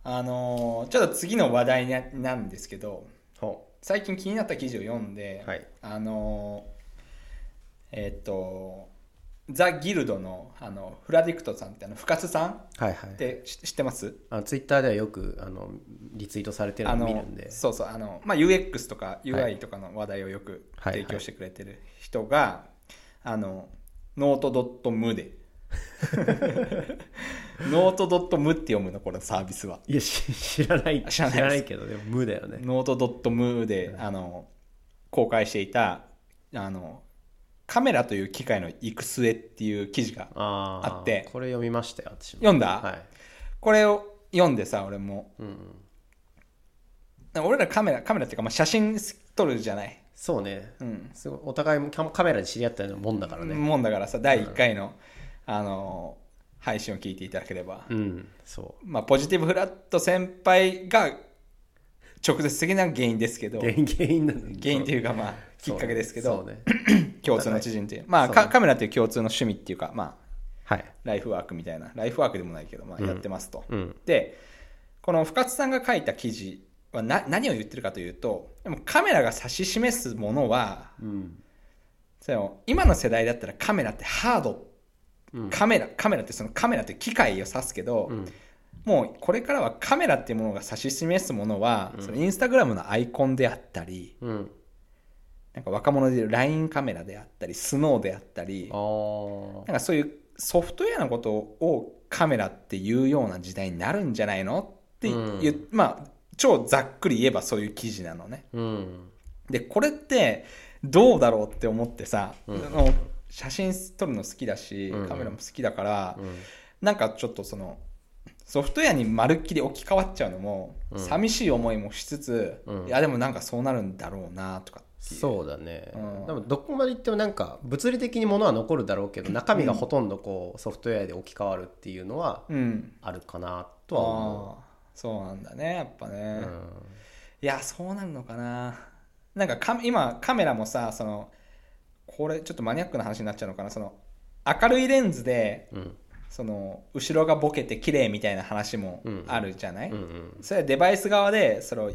Speaker 2: あのーちょっと次の話題ななんですけど
Speaker 1: ほ
Speaker 2: 最近気になった記事を読んで、
Speaker 1: はい
Speaker 2: あのーえっとザ・ギルドのあのフラディクトさんってあの深津さんっ
Speaker 1: うはいはい。
Speaker 2: て知知ってます
Speaker 1: あのツイッターではよくあのリツイートされてる
Speaker 2: あ
Speaker 1: のを見
Speaker 2: の
Speaker 1: るんで。
Speaker 2: そうそうあの、まあ、UX とか
Speaker 1: はい
Speaker 2: UI とかの話題をよく
Speaker 1: はいはい
Speaker 2: 提供してくれてる人が、あのノートドット ムで ノートドットムって読むのこれサービスはい
Speaker 1: やし 知らない
Speaker 2: 知らないです
Speaker 1: けどでも無だよね。
Speaker 2: ノートドットムであの公開していたあのカメラという機械の行く末っていう記事が
Speaker 1: あー
Speaker 2: あって
Speaker 1: これ読みましたよ私も。
Speaker 2: 読んだ、
Speaker 1: はい。
Speaker 2: これを読んでさ俺も
Speaker 1: うんうん、
Speaker 2: 俺らカメラカメラっていうか、まあ、写真撮るじゃない、
Speaker 1: そうね。
Speaker 2: うん
Speaker 1: すごいお互いもカカメラで知り合ったようなもんだからね。
Speaker 2: もんだからさ第1回の、あの配信を聞いていただければ、
Speaker 1: うん、そ
Speaker 2: まあ、ポジティブフラット先輩が直接的な原因ですけ
Speaker 1: う。
Speaker 2: ど
Speaker 1: 原
Speaker 2: 原
Speaker 1: 因原因なの
Speaker 2: 因というかまあきっかけですけ
Speaker 1: そう
Speaker 2: ど、
Speaker 1: ね。
Speaker 2: 共通の知人というまあ
Speaker 1: そう
Speaker 2: かカメラという共通の趣味っていうかまあ
Speaker 1: はい。
Speaker 2: ライフワークみたいなライフワークでもないけど、まあ、やってますと、
Speaker 1: うん。
Speaker 2: でこの深津さんが書いた記事はな何を言ってるかというとでもカメラが指し示すものは
Speaker 1: うん。
Speaker 2: その今の世代だったらカメラってハード
Speaker 1: うん。
Speaker 2: カメラカメラってそのカメラって機械を指すけど、
Speaker 1: うん
Speaker 2: もうこれからはカメラっていうものが指し示すものは、そのインスタグラムのアイコンであったり
Speaker 1: うん。
Speaker 2: なんか若者でいう LINE カメラであったりスノーであったり
Speaker 1: あー
Speaker 2: なんかそういうソフトウェアのことをカメラっていうような時代になるんじゃないのっていう、
Speaker 1: うん
Speaker 2: まあ超ざっくり言えばそういう記事なのね。
Speaker 1: うん。
Speaker 2: でこれってどうだろうって思ってさ、
Speaker 1: うん
Speaker 2: あの写真撮るの好きだし、
Speaker 1: うん
Speaker 2: カメラも好きだから、
Speaker 1: うん
Speaker 2: なんかちょっとそのソフトウェアにまるっきり置き換わっちゃうのも、
Speaker 1: うん
Speaker 2: 寂しい思いもしつつ、
Speaker 1: うん
Speaker 2: いやでもなんかそうなるんだろうなとかっていう
Speaker 1: そうだね、
Speaker 2: うん
Speaker 1: でもどこまでいってもなんか物理的にものは残るだろうけど中身がほとんどこうソフトウェアで置き換わるっていうのは
Speaker 2: うん
Speaker 1: あるかなとは思
Speaker 2: ああそうなんだねやっぱ
Speaker 1: う、
Speaker 2: ね、
Speaker 1: う
Speaker 2: い
Speaker 1: ん
Speaker 2: やそうなるのかななんかカ今カメラもさそのこれちょっとマニアックな話になっちゃうのかなその明るいレンズで
Speaker 1: うん
Speaker 2: その後ろがボケて綺麗みたいな話もあるじゃない、
Speaker 1: うんうん
Speaker 2: それはデバイス側でそれを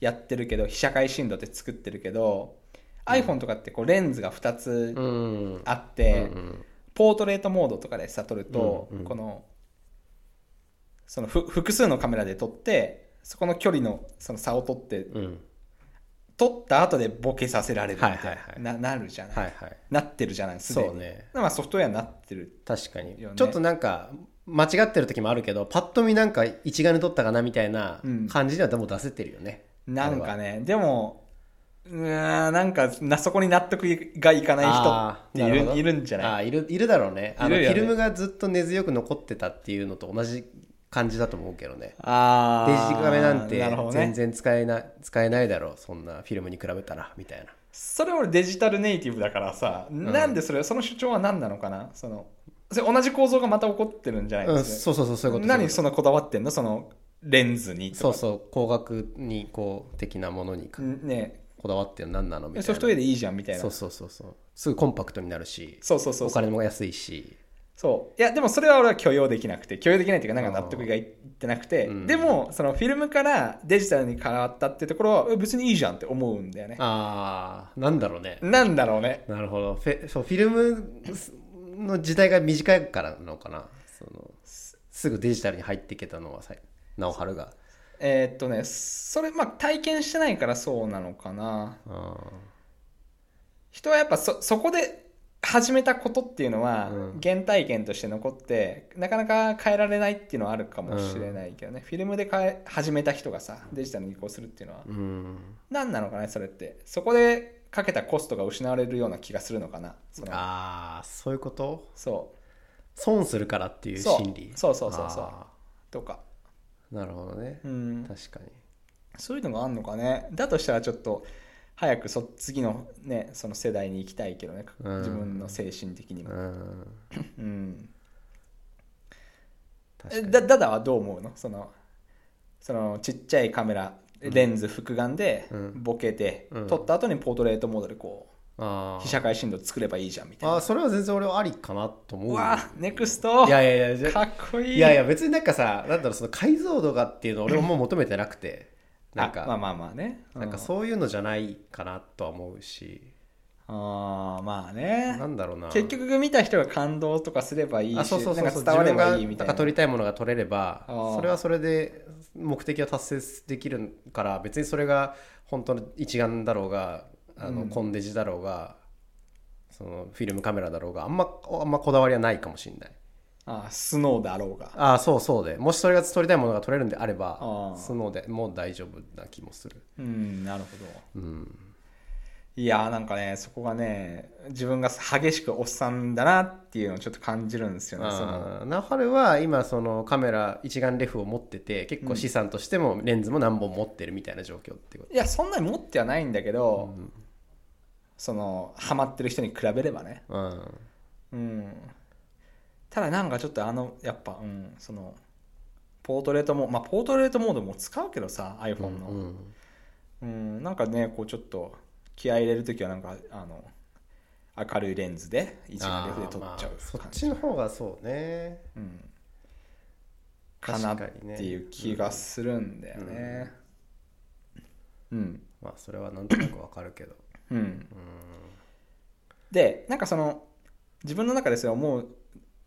Speaker 2: やってるけど被写界深度って作ってるけど、iPhone とかってこうレンズが2つ
Speaker 1: うん
Speaker 2: あって、
Speaker 1: うん
Speaker 2: ポートレートモードとかでさ撮ると、
Speaker 1: うんうん
Speaker 2: このそのふ複数のカメラで撮ってそこの距離のその差を撮って
Speaker 1: うん
Speaker 2: 撮った後でボケさせられるみたいな,、
Speaker 1: はいはいはい
Speaker 2: ななるじゃない、
Speaker 1: はいはい
Speaker 2: なってるじゃないすでに
Speaker 1: そうね
Speaker 2: まあ、ソフトウェアになってる
Speaker 1: 確かに、
Speaker 2: よね
Speaker 1: ちょっとなんか間違ってる時もあるけどパッと見なんか一眼で撮ったかなみたいな
Speaker 2: うん
Speaker 1: 感じにはでも出せてるよね、
Speaker 2: なんかねでもうーんなんかなそこに納得がいかない人ってい
Speaker 1: あーなるほ
Speaker 2: る
Speaker 1: ど
Speaker 2: いるんじゃない
Speaker 1: あーいるいるだろうねあの
Speaker 2: いるよね
Speaker 1: フィルムがずっと根強く残ってたっていうのと同じ感じだと思うけどね
Speaker 2: あ
Speaker 1: デジカメなん
Speaker 2: なるほ
Speaker 1: て
Speaker 2: ど
Speaker 1: 全
Speaker 2: ね
Speaker 1: 然使えない使えないだろうそんなフィルムに比べたらみたいな
Speaker 2: それ俺デジタルネイティブだからさ、なんでそれその主張は何なのかなそのそれ同じ構造がまた起こってるんじゃない
Speaker 1: うん
Speaker 2: です
Speaker 1: そうそうそうそういうこと
Speaker 2: 何
Speaker 1: そう
Speaker 2: そんなこだわってんのそのレンズに
Speaker 1: そ
Speaker 2: と
Speaker 1: う
Speaker 2: か
Speaker 1: そう光学にこう的なものにか
Speaker 2: ね
Speaker 1: こだわってるの何なのみたいな
Speaker 2: ソフトウェアでいいじゃんみたいな
Speaker 1: そうそうそうそうすぐコンパクトになるし
Speaker 2: そうそうそう
Speaker 1: お
Speaker 2: そう
Speaker 1: 金も安いし
Speaker 2: そういやでもそれは俺は許容できなくて許容できないっていうかなんか納得がいってなくて、
Speaker 1: うん
Speaker 2: でもそのフィルムからデジタルに変わったってところはえ別にいいじゃんって思うんだよね
Speaker 1: あーなんだろうね
Speaker 2: なんだろうね
Speaker 1: なるほどフェそうフィルムの時代が短いからなのかなそのすすぐデジタルに入っていけたのはさ直春が
Speaker 2: えーっとねそれまあ体験してないからそうなのかな
Speaker 1: あ
Speaker 2: 人はやっぱそそこで始めたことっていうのは
Speaker 1: うん
Speaker 2: 原体験として残って、なかなか変えられないっていうのはあるかもしれないけどね、フィルムで変え始めた人がさデジタルに移行するっていうのは、
Speaker 1: ーうん
Speaker 2: 何なのかねそれってそこでかけたコストが失われるような気がするのかなその
Speaker 1: あーそういうこと
Speaker 2: そ
Speaker 1: 損するからっていう
Speaker 2: そう
Speaker 1: 心理
Speaker 2: そうそうそうそう
Speaker 1: あ
Speaker 2: うとか、
Speaker 1: ーなるほどね、
Speaker 2: うん、
Speaker 1: 確かに
Speaker 2: そういうのがあんのかね。だとしたらちょっと早くそ次のねその世代に行きたいけどね、
Speaker 1: うん
Speaker 2: 自分の精神的に
Speaker 1: う
Speaker 2: も。
Speaker 1: ん
Speaker 2: うん、
Speaker 1: 確
Speaker 2: え
Speaker 1: かに
Speaker 2: だダダはどう思うのそのそのちっちゃいカメラレンズ複眼で
Speaker 1: うん
Speaker 2: ボケて、
Speaker 1: うん
Speaker 2: 撮った後にポートレートモデルこう
Speaker 1: あ
Speaker 2: 被
Speaker 1: ー
Speaker 2: 写界深度作ればいいじゃんみたいな
Speaker 1: あーそれは全然俺はありかなと思う
Speaker 2: うわーネクスト
Speaker 1: いやいやいやじゃ
Speaker 2: かっこいい
Speaker 1: いやいや別になんかさなんだろうその解像度がっていうの俺ももう求めてなくてなん
Speaker 2: あまあ
Speaker 1: か
Speaker 2: まあまあね
Speaker 1: なんかそういうのじゃないかなとは思うし
Speaker 2: うんあーまあね
Speaker 1: なんだろうな
Speaker 2: 結局見た人が感動とかすればいいし
Speaker 1: あそうそうそう
Speaker 2: なん
Speaker 1: そう
Speaker 2: か伝わればい
Speaker 1: 自
Speaker 2: い
Speaker 1: 分
Speaker 2: み
Speaker 1: がない
Speaker 2: た
Speaker 1: んか
Speaker 2: な
Speaker 1: 取りたいものが取れれば
Speaker 2: あー
Speaker 1: それはそれで目的を達成できるから別にそれが本当の一眼だろうがあの、
Speaker 2: うん
Speaker 1: コンデジだろうがそのフィルムカメラだろうがあんまあんまこだわりはないかもしれない
Speaker 2: あースノーだろうが
Speaker 1: ああそうそうでもしそれが撮りたいものが撮れるんであれば
Speaker 2: あー
Speaker 1: スノーでもう大丈夫な気もする
Speaker 2: うんなるほど
Speaker 1: うん
Speaker 2: いやーなんかねそこがね自分が激しくおっさんだなっていうのをちょっと感じるんですよねその
Speaker 1: あーなはるは今そのカメラ一眼レフを持ってて結構資産としてもレンズも何本持ってるみたいな状況ってこと
Speaker 2: いやそんなに持ってはないんだけ
Speaker 1: う
Speaker 2: ど、
Speaker 1: ん
Speaker 2: そのハマってる人に比べればね
Speaker 1: うん
Speaker 2: うんただなんかちょっとあのやっぱうんそのポートレートもまあポートレートモードも使うけどさ iPhone の、
Speaker 1: うん
Speaker 2: うん、なんかね、こうちょっと気合い入れるときはなんかあの明るいレンズで一眼レフで撮っちゃ
Speaker 1: あーまあ
Speaker 2: う
Speaker 1: そっ
Speaker 2: 感じ、
Speaker 1: ちの方がそうね
Speaker 2: うん、か
Speaker 1: 確
Speaker 2: な
Speaker 1: か
Speaker 2: っ
Speaker 1: にね
Speaker 2: ていう気がするんだよね。うん、
Speaker 1: まあそれはなんとなくわかるけど
Speaker 2: うん
Speaker 1: うん
Speaker 2: でなんかその自分の中ですよ思う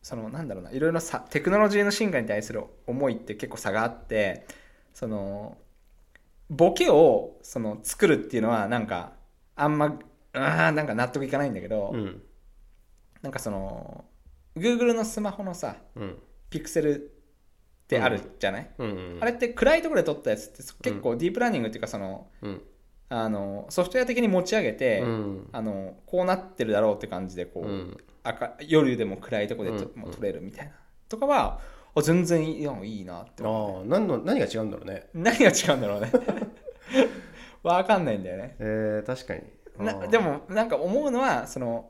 Speaker 2: そのなんだろうないろいろさテクノロジーの進化に対する思いって結構差があってそのボケをその作るっていうのはなんかあんまうーんなんか納得いかないんだけど、
Speaker 1: うん
Speaker 2: なんかその Google のスマホのさ
Speaker 1: うん
Speaker 2: ピクセルってあるじゃない、
Speaker 1: うん
Speaker 2: あれって暗いところで撮ったやつって結構ディープラーニングっていうかその
Speaker 1: うん
Speaker 2: あのソフトウェア的に持ち上げて、
Speaker 1: うん
Speaker 2: あのこうなってるだろうって感じでこ
Speaker 1: う
Speaker 2: う、
Speaker 1: ん
Speaker 2: 赤夜でも暗いところでと
Speaker 1: うん
Speaker 2: もう撮れるみたいな、とかはあ全然いいのいいなって
Speaker 1: あ
Speaker 2: 思う
Speaker 1: あ何の何が違うんだろうね
Speaker 2: 何が違うんだろうね わかんないんだよね
Speaker 1: えー確かにあ
Speaker 2: な
Speaker 1: ー
Speaker 2: でもなんか思うのはその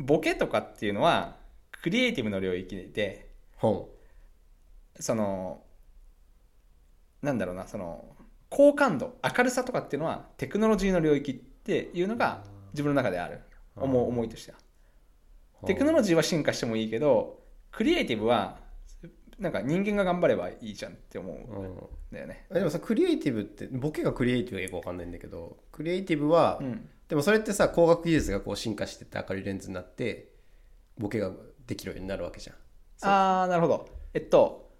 Speaker 2: ボケとかっていうのはクリエイティブの領域で
Speaker 1: 本
Speaker 2: そのなんだろうなその好感度明るさとかっていうのはテクノロジーの領域っていうのが自分の中である
Speaker 1: うん
Speaker 2: 思う思いとしてはテクノロジーは進化してもいいけどクリエイティブはなんか人間が頑張ればいいじゃんって思うん
Speaker 1: うん
Speaker 2: だよね
Speaker 1: えでもさクリエイティブってボケがクリエイティブがよくわかんないんだけどクリエイティブは、
Speaker 2: うん
Speaker 1: でもそれってさ光学技術がこう進化してって明るいレンズになってボケができるようになるわけじゃんそう
Speaker 2: ああなるほどえっと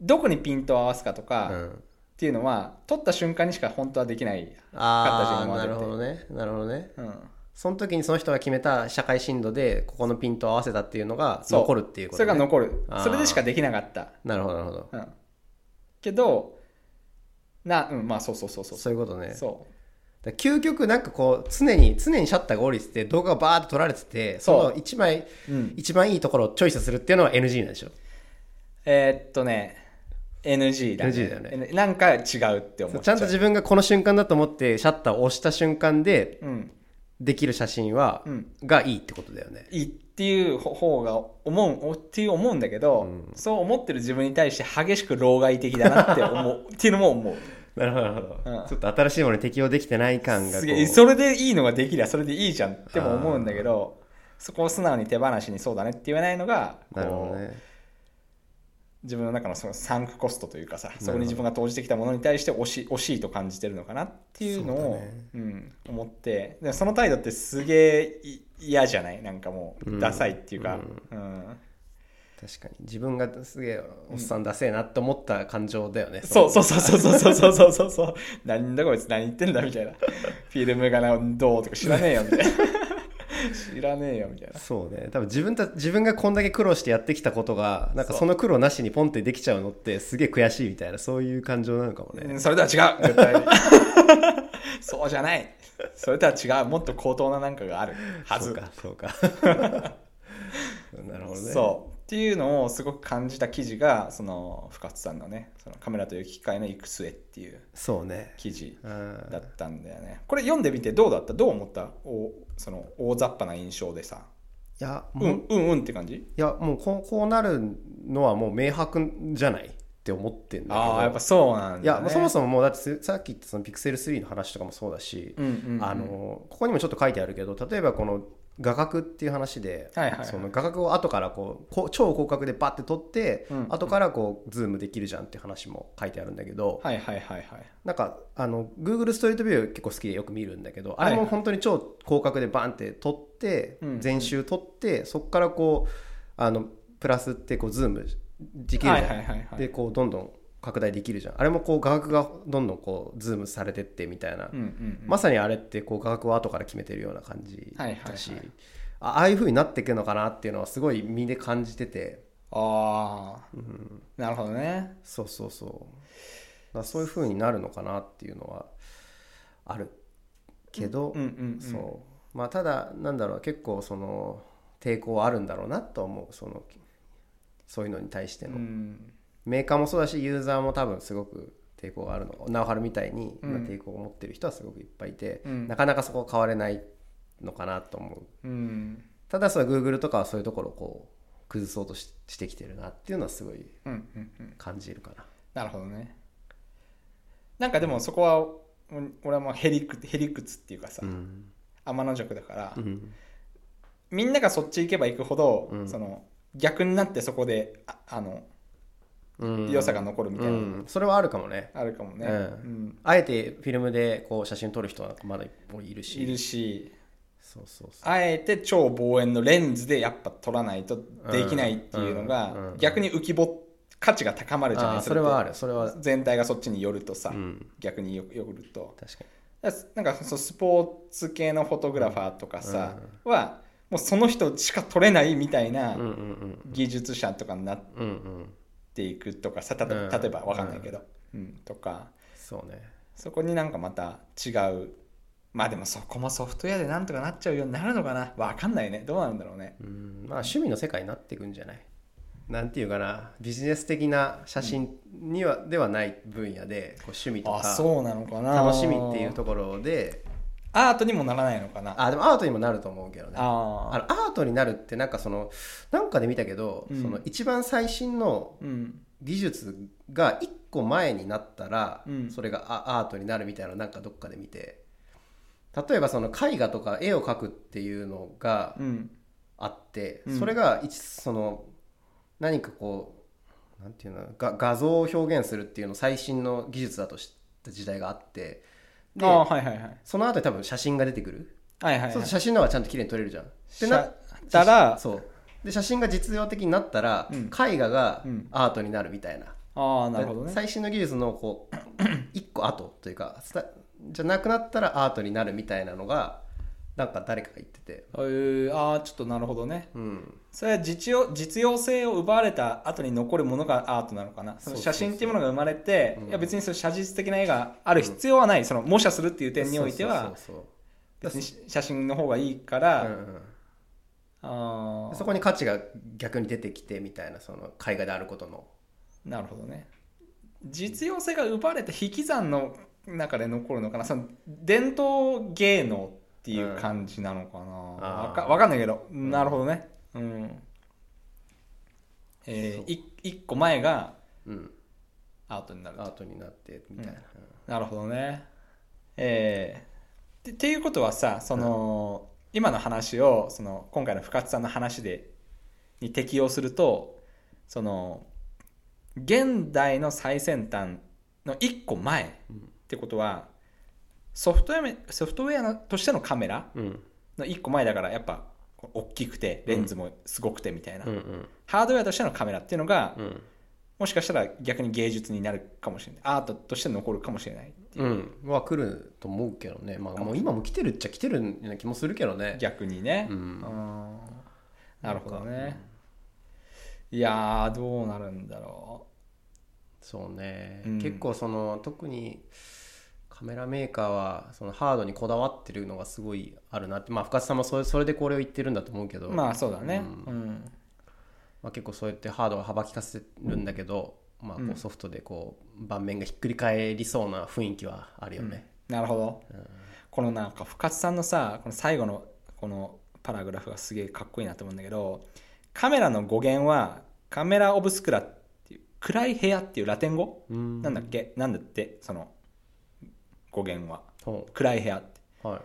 Speaker 2: どこにピントを合わすかと
Speaker 1: う
Speaker 2: かっ
Speaker 1: ん、
Speaker 2: ていうのは撮った瞬間にしか本当はできない、
Speaker 1: ああ
Speaker 2: 勝った順を当
Speaker 1: な
Speaker 2: てて
Speaker 1: るほどねなるほどね
Speaker 2: うん、
Speaker 1: その時にその人が決めた社会深度でここのピントを合わせたっていうのが
Speaker 2: そう
Speaker 1: 残るっていうこ
Speaker 2: そ
Speaker 1: と、
Speaker 2: れ
Speaker 1: ね、
Speaker 2: が残る
Speaker 1: あー
Speaker 2: それでしかできなかった
Speaker 1: なるほどなるほど
Speaker 2: うん、けどなうんまあそうそうそうそうそ
Speaker 1: そういうこと
Speaker 2: う,、
Speaker 1: ね
Speaker 2: そ
Speaker 1: だから究極なんかこう常に常にシャッターが降りてて動画がバーッと撮られててそ
Speaker 2: そう
Speaker 1: の一枚
Speaker 2: う、うん、
Speaker 1: 一番いいところをチョイスするっていうのは NG なんでしょ
Speaker 2: えーっとね NG だね
Speaker 1: NG だよね
Speaker 2: N- なんか違うって思っ
Speaker 1: ちゃんと自分がこの瞬間だと思ってシャッターを押した瞬間で
Speaker 2: うん
Speaker 1: できる写真は、
Speaker 2: うん
Speaker 1: がいいってことだよね
Speaker 2: いいっていう方が思うおっていう思うんだけど、
Speaker 1: うん
Speaker 2: そう思ってる自分に対して激しく老害的だなって思 うっていうのも思う
Speaker 1: なるほどなるほど
Speaker 2: うん
Speaker 1: ちょっと新しいものに適応できてない感がこう
Speaker 2: すげえそれでいいのができりゃそれでいいじゃんっても思うんだけどそこを素直に手放しにそうだねって言えないのがこう
Speaker 1: なるほどね
Speaker 2: 自分の中のそのサンクコストというかさ
Speaker 1: ど
Speaker 2: そこに自分が投じてきたものに対して惜し惜しいと感じてるのかなっていうの
Speaker 1: そう
Speaker 2: を
Speaker 1: だね
Speaker 2: うん、思ってでもその態度ってすげえい嫌じゃないなんかも
Speaker 1: うん
Speaker 2: うダサいっていうか、うん
Speaker 1: 確かに自分がすげえおっさんだせえなって思った感情だよね、
Speaker 2: そうそうそうそうそうそうそうそうそうなんだこいつ何言ってんだみたいなフィルムがなどうとか知らねえよみたいな知らねえよみたいな
Speaker 1: そうね多分自分た自分がこんだけ苦労してやってきたことがなんか
Speaker 2: そう
Speaker 1: その苦労なしにポンってできちゃうのってすげえ悔しいみたいなそういう感情なのかも
Speaker 2: う
Speaker 1: ね、
Speaker 2: んそれとは違う絶対にそうじゃないそれとは違うもっと高等ななんかがあるはず
Speaker 1: そうかそうか なるほどね
Speaker 2: そうっっていうのをすごく感じた記事がその深津さんのねそのカメラという機械の行く末っていう
Speaker 1: そうね
Speaker 2: 記事
Speaker 1: うん
Speaker 2: だったんだよねこれ読んでみてどうだったどう思ったおその大雑把な印象でさ
Speaker 1: いや
Speaker 2: う
Speaker 1: もう、い
Speaker 2: んうんうんって感じ
Speaker 1: やもうこうこうなるのはもう明白じゃないって思ってんだけど
Speaker 2: ああやっぱそうなん
Speaker 1: い
Speaker 2: だ、ね、
Speaker 1: やもうそもそももうだってすさっき言ったそのピクセル3の話とかもそうだし、
Speaker 2: うんうんうん
Speaker 1: あのここにもちょっと書いてあるけど例えばこの画角っていう話で、
Speaker 2: はいはいはい
Speaker 1: その画角を後からこうこう超広角でバッて撮って、
Speaker 2: うん
Speaker 1: 後からこうズームできるじゃんっていう話も書いてあるんだけど、
Speaker 2: はいはいはいはい
Speaker 1: なんかあの Google ストリートビュー結構好きでよく見るんだけどあれ
Speaker 2: はい
Speaker 1: も
Speaker 2: はい
Speaker 1: 本当に超広角でバンって撮って、
Speaker 2: うん
Speaker 1: 全周撮ってそこからこうあのプラスってこうズームできるじゃん、
Speaker 2: はいはいはいはい
Speaker 1: でこうどんどん拡大できるじゃんあれもこう画角がどんどんこうズームされてってみたいな、
Speaker 2: うんうんうん
Speaker 1: まさにあれってこう画角を後から決めてるような感じ
Speaker 2: はいはいはい
Speaker 1: だし、あああいう風になっていくのかなっていうのはすごい身で感じてて
Speaker 2: ああ、なるほどね
Speaker 1: そうそうそうだからそういう風になるのかなっていうのはあるけど、
Speaker 2: うんうんうん
Speaker 1: そうまあただなんだろう結構その抵抗はあるんだろうなと思うそのそういうのに対しての、
Speaker 2: うん
Speaker 1: メーカーもそうだしユーザーも多分すごく抵抗があるのかなおはるみたいに
Speaker 2: うん
Speaker 1: 今抵抗を持ってる人はすごくいっぱいいて、
Speaker 2: うん
Speaker 1: なかなかそこは変われないのかなと思う
Speaker 2: うん
Speaker 1: ただそれは Google とかはそういうところをこう崩そうとししてきてるなっていうのはすごい
Speaker 2: うんうんうん
Speaker 1: 感じるかな
Speaker 2: なるほどねなんかでもそこはうん俺はもうへりくへりくつっていうかさ、
Speaker 1: うん、
Speaker 2: 天の弱だから、
Speaker 1: うん、
Speaker 2: みんながそっち行けば行くほど、
Speaker 1: うん
Speaker 2: その逆になってそこでああの
Speaker 1: うん
Speaker 2: 良さが残るみたいな、
Speaker 1: うんそれはあるかもね
Speaker 2: あるかもね、
Speaker 1: うん
Speaker 2: うん
Speaker 1: あえてフィルムでこう写真撮る人なんかまだいるし
Speaker 2: いるし
Speaker 1: そうそうそう
Speaker 2: あえて超望遠のレンズでやっぱ撮らないとできないっていうのが、
Speaker 1: うんうん
Speaker 2: 逆に浮き彫価値が高まるじゃな
Speaker 1: あ
Speaker 2: い
Speaker 1: ー
Speaker 2: です
Speaker 1: それはあるそれは
Speaker 2: 全体がそっちに寄るとさ、
Speaker 1: うん
Speaker 2: 逆によ寄ると
Speaker 1: 確かに
Speaker 2: だからなんかそうスポーツ系のフォトグラファーとかさ、はもうその人しか撮れないみたいな
Speaker 1: うんうんうん
Speaker 2: 技術者とかになっ
Speaker 1: うんうん
Speaker 2: ていくとかさたと
Speaker 1: うん
Speaker 2: 例えばわかんないけど、うんとか
Speaker 1: そうね
Speaker 2: そこになんかまた違うまあでもそこもソフトウェアでなんとかなっちゃうようになるのかなわかんないねどうなんだろうね
Speaker 1: うんまあ趣味の世界になっていくんじゃないなんていうかなビジネス的な写真には、ではない分野でこう趣味と
Speaker 2: あ
Speaker 1: か
Speaker 2: そうなのかな
Speaker 1: 楽しみっていうところで
Speaker 2: アートにもならないのかなあ
Speaker 1: あでもアートにもなると思うけどね
Speaker 2: あ
Speaker 1: あのアートになるってなんかそのなんかで見たけど、
Speaker 2: うん
Speaker 1: その一番最新の
Speaker 2: うん
Speaker 1: 技術が1個前になったら、
Speaker 2: うん
Speaker 1: それがアアートになるみたいなのなんかどっかで見て例えばその絵画とか絵を描くっていうのが
Speaker 2: うん
Speaker 1: あって、
Speaker 2: うん
Speaker 1: それが一その何かこうなんていうのが画像を表現するっていうのを最新の技術だとした時代があって
Speaker 2: あ
Speaker 1: で
Speaker 2: あはいはいはい
Speaker 1: その後に多分写真が出てくる、
Speaker 2: はいはい
Speaker 1: そう
Speaker 2: は
Speaker 1: すると写
Speaker 2: い
Speaker 1: 真の方がちゃんと綺麗に撮れるじゃん。って
Speaker 2: しゃ
Speaker 1: な
Speaker 2: ったら
Speaker 1: そうで写真が実用的になったら、
Speaker 2: うん
Speaker 1: 絵画が
Speaker 2: うん
Speaker 1: アートになるみたいな,、
Speaker 2: ああなるほどね
Speaker 1: 最新の技術のこう 一個後というかスタじゃなくなったらアートになるみたいなのがなんか誰かが言ってて、
Speaker 2: えー、ああちょっとなるほどね
Speaker 1: うん、
Speaker 2: それは実用実用性を奪われた後に残るものがアートなのかなその
Speaker 1: そうそう
Speaker 2: 写
Speaker 1: そう
Speaker 2: 真っていうものが生まれて
Speaker 1: うん
Speaker 2: いや別にその写実的な絵がある必要はない、その模写するっていう点においては
Speaker 1: そうそう
Speaker 2: 別
Speaker 1: そ
Speaker 2: に
Speaker 1: う
Speaker 2: 写真の方がいいか
Speaker 1: だ
Speaker 2: ら、
Speaker 1: うんうん
Speaker 2: あー
Speaker 1: そこに価値が逆に出てきてみたいなその絵画であることの
Speaker 2: なるほどね実用性が奪われた引き算の中で残るのかなその伝統芸能っていう感じなのかな、
Speaker 1: あー
Speaker 2: わかわかんないけど、
Speaker 1: ん
Speaker 2: なるほどねうんえ
Speaker 1: そう
Speaker 2: ー、い一個前が
Speaker 1: うん
Speaker 2: アートになる
Speaker 1: アートになってみたいな、
Speaker 2: なるほどね。えー、てっていうことはさその、今の話をその今回の深津さんの話でに適用するとその現代の最先端の1個前ってことはソフトウェアソフトウェアのとしてのカメラ
Speaker 1: うんうん
Speaker 2: の1個前だからやっぱこう大きくてレンズもすごくてみたいな、
Speaker 1: うんうん
Speaker 2: ハードウェアとしてのカメラっていうのが、
Speaker 1: うん
Speaker 2: もしかしたら逆に芸術になるかもしれないアートとして残るかもしれないっていう
Speaker 1: うん、は来ると思うけどね、まあ、もう今も来てるっちゃ来てるような気もするけどね
Speaker 2: 逆にね、
Speaker 1: うん
Speaker 2: あーなるほどねいやーどうなるんだろ
Speaker 1: そうね、
Speaker 2: うん
Speaker 1: 結構その特にカメラメーカーはそのハードにこだわってるのがすごいあるなってまあ深津さんもそれそれでこれを言ってるんだと思うけど、
Speaker 2: うまあそうだね
Speaker 1: う
Speaker 2: うん、
Speaker 1: まあ、結構そうやってハードは幅利かせるんだけど、まあ、こ
Speaker 2: うん
Speaker 1: うソフトでこう盤面がひっくり返りそうな雰囲気はあるよね。
Speaker 2: なるほど、
Speaker 1: うん
Speaker 2: このなんか深津さんのさこの最後のこのパラグラフがすげえかっこいいなと思うんだけどカメラの語源はカメラ・オブスクラっていう暗い部屋っていうラテン語、
Speaker 1: うん
Speaker 2: なんだっけなんだってその語源は
Speaker 1: ほ
Speaker 2: 暗い部屋って
Speaker 1: うはい、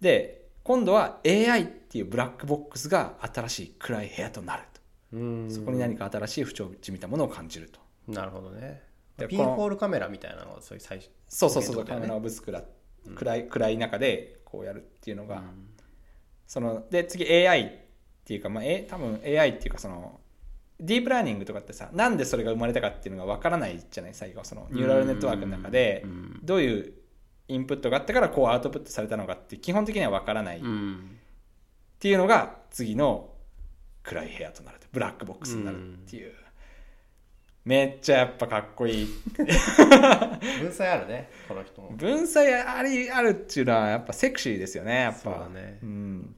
Speaker 2: で今度は AI っていうブラックボックスが新しい暗い部屋となると
Speaker 1: うん
Speaker 2: そこに何か新しい不調じみたものを感じると
Speaker 1: なるほどね。
Speaker 2: で
Speaker 1: ピ
Speaker 2: こ
Speaker 1: ン
Speaker 2: の
Speaker 1: ホールカメラみたいなのがそういう最初
Speaker 2: そうそうそうそう、
Speaker 1: ってこ
Speaker 2: カ
Speaker 1: とだよね
Speaker 2: メラ・オブスクラ暗い暗い中でこうやるっていうのが、
Speaker 1: うん
Speaker 2: そので次 AI っていうか、まあ、え多分 AI っていうかそのディープラーニングとかってさなんでそれが生まれたかっていうのがわからないじゃない最後そのニューラルネットワークの中で
Speaker 1: うん
Speaker 2: どういうインプットがあったからこうアウトプットされたのかって基本的にはわからないっ
Speaker 1: うん
Speaker 2: ていうのが次の暗い部屋となるとブラックボックスになるっていう、めっちゃやっぱかっこいい
Speaker 1: 文才あるねこの人も。
Speaker 2: 文才ありあるっていうのはやっぱセクシーですよねやっぱ
Speaker 1: そうだね
Speaker 2: うん、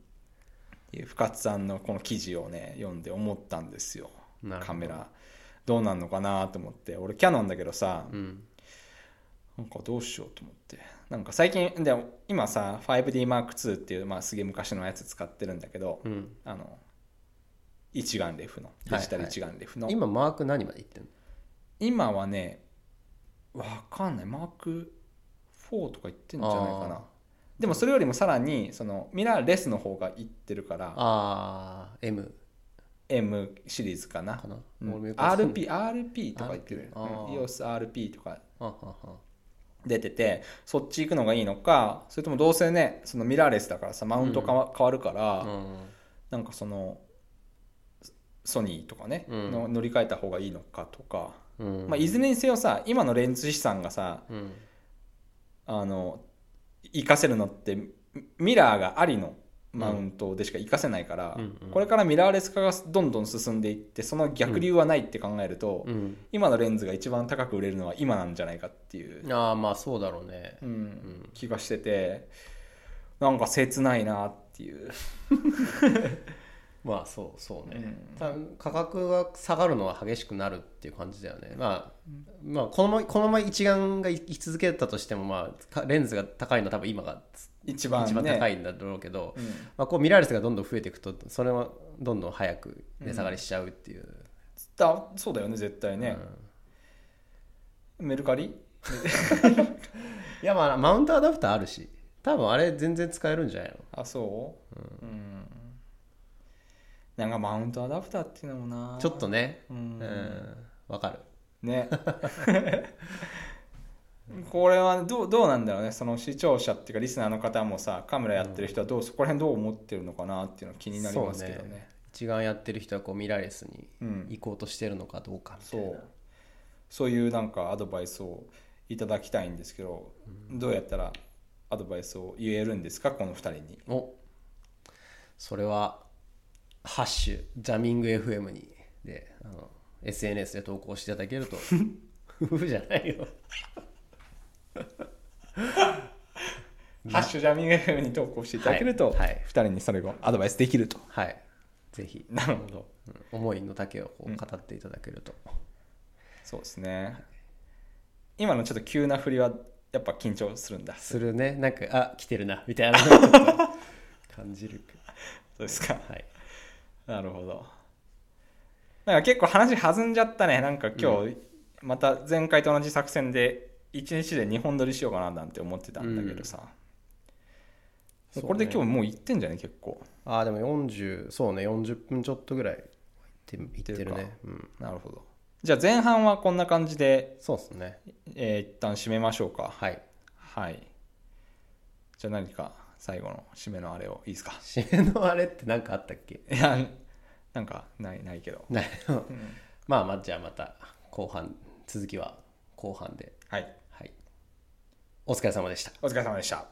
Speaker 2: っていう深津さんのこの記事をね読んで思ったんですよ
Speaker 1: なるほど
Speaker 2: カメラどうなんのかなと思って俺キャノンだけどさ、
Speaker 1: うん
Speaker 2: なんかどうしようと思ってなんか最近でも今さ 5DM2 っていう、まあ、すげえ昔のやつ使ってるんだけど、
Speaker 1: うん、
Speaker 2: あの一眼レフのデジタル一眼レフの、
Speaker 1: 今マーク何までいってんの
Speaker 2: 今はねわかんないマーク4とか言ってんじゃないか
Speaker 1: あー
Speaker 2: なでもそれよりもさらにそのミラーレスの方がいってるから
Speaker 1: ああ M
Speaker 2: M シリーズかな
Speaker 1: かな、
Speaker 2: うん
Speaker 1: 俺もよくわかんない
Speaker 2: RP, RP とか言ってる
Speaker 1: RP あー
Speaker 2: EOSRP とか
Speaker 1: あはは
Speaker 2: 出ててそっち行くのがいいのかそれともどうせねそのミラーレスだからさマウントかわ変わるから、
Speaker 1: う
Speaker 2: なんかそのソニーとかね、
Speaker 1: うん
Speaker 2: の乗り換えた方がいいのかとか、
Speaker 1: んうん
Speaker 2: まあ、いずれにせよさ今のレンズ資産がさ
Speaker 1: うん
Speaker 2: あの活かせるのってミミラーがありのマウントでしか活かせないから、
Speaker 1: うんうん
Speaker 2: これからミラーレス化がどんどん進んでいってその逆流はないって考えると、
Speaker 1: うん
Speaker 2: 今のレンズが一番高く売れるのは今なんじゃないかっていう、
Speaker 1: ああまあそうだろうね
Speaker 2: うん
Speaker 1: ん
Speaker 2: 気がしててなんか切ないなっていう、
Speaker 1: まあそうそう
Speaker 2: う
Speaker 1: ね、
Speaker 2: ん
Speaker 1: 多分価格が下がるのは激しくなるっていう感じだよねまあ、まあこのままこのまま一眼がいき続けたとしてもまあかレンズが高いのは多分今が
Speaker 2: 一番ね
Speaker 1: 一番高いんだろうけど、
Speaker 2: うん
Speaker 1: まあ、こうミラーレスがどんどん増えていくとそれはどんどん早く値下がりしちゃうっていう、
Speaker 2: だそうだよね絶対ね、メルカリ
Speaker 1: いやまあマウントアダプターあるし多分あれ全然使えるんじゃないの
Speaker 2: あそう、うんなんかマウントアダプターっていうのもな
Speaker 1: ちょっとね
Speaker 2: う
Speaker 1: うんんわかる
Speaker 2: ね これはどうどうなんだろうねその視聴者っていうかリスナーの方もさカメラやってる人はどう、そこら辺どう思ってるのかなっていうのは気になりますけど
Speaker 1: そう
Speaker 2: ね
Speaker 1: 一眼やってる人はこうミラーレスに
Speaker 2: うん
Speaker 1: 行こうとしてるのかどうかみた
Speaker 2: そ
Speaker 1: いな、
Speaker 2: うそういうなんかアドバイスをいただきたいんですけど、どうやったらアドバイスを言えるんですかこの2人に
Speaker 1: おそれは「ハッシュジャミング FM に」であの SNS で投稿していただけると夫婦じゃないよ
Speaker 2: 「ハッシュジャミング FM」に投稿していただけると、
Speaker 1: はいはい
Speaker 2: 2人にそれをアドバイスできると
Speaker 1: はいぜひ
Speaker 2: なるほど
Speaker 1: うん思いの丈をこう語っていただけると、
Speaker 2: そうですね今のちょっと急な振りはやっぱ緊張するんだ
Speaker 1: するねなんかあ来てるなみたい なのをちょっと感じる
Speaker 2: そうですか
Speaker 1: はい
Speaker 2: なるほど。なんか結構話弾んじゃったね。なんか今日、また前回と同じ作戦で、1日で2本撮りしようかななんて思ってたんだけどさ。
Speaker 1: うん
Speaker 2: これで
Speaker 1: そ
Speaker 2: 今
Speaker 1: う
Speaker 2: 日もう行ってんじゃね結構。
Speaker 1: ああでも40そうね40分ちょっとぐらいいっていってる
Speaker 2: いってる
Speaker 1: ねうん
Speaker 2: なるほど。じゃあ前半はこんな感じで、
Speaker 1: そうですね
Speaker 2: えー一旦締めましょうか。
Speaker 1: はい
Speaker 2: はい。じゃあ何か最後の締めのあれをいいですか。
Speaker 1: 締めのあれって何かあったっけ
Speaker 2: いや、なんかない、ないけど。
Speaker 1: ないのまあまあじゃあまた後半続きは後半で
Speaker 2: はい。
Speaker 1: はいお疲れ様でした
Speaker 2: お疲れ様でした。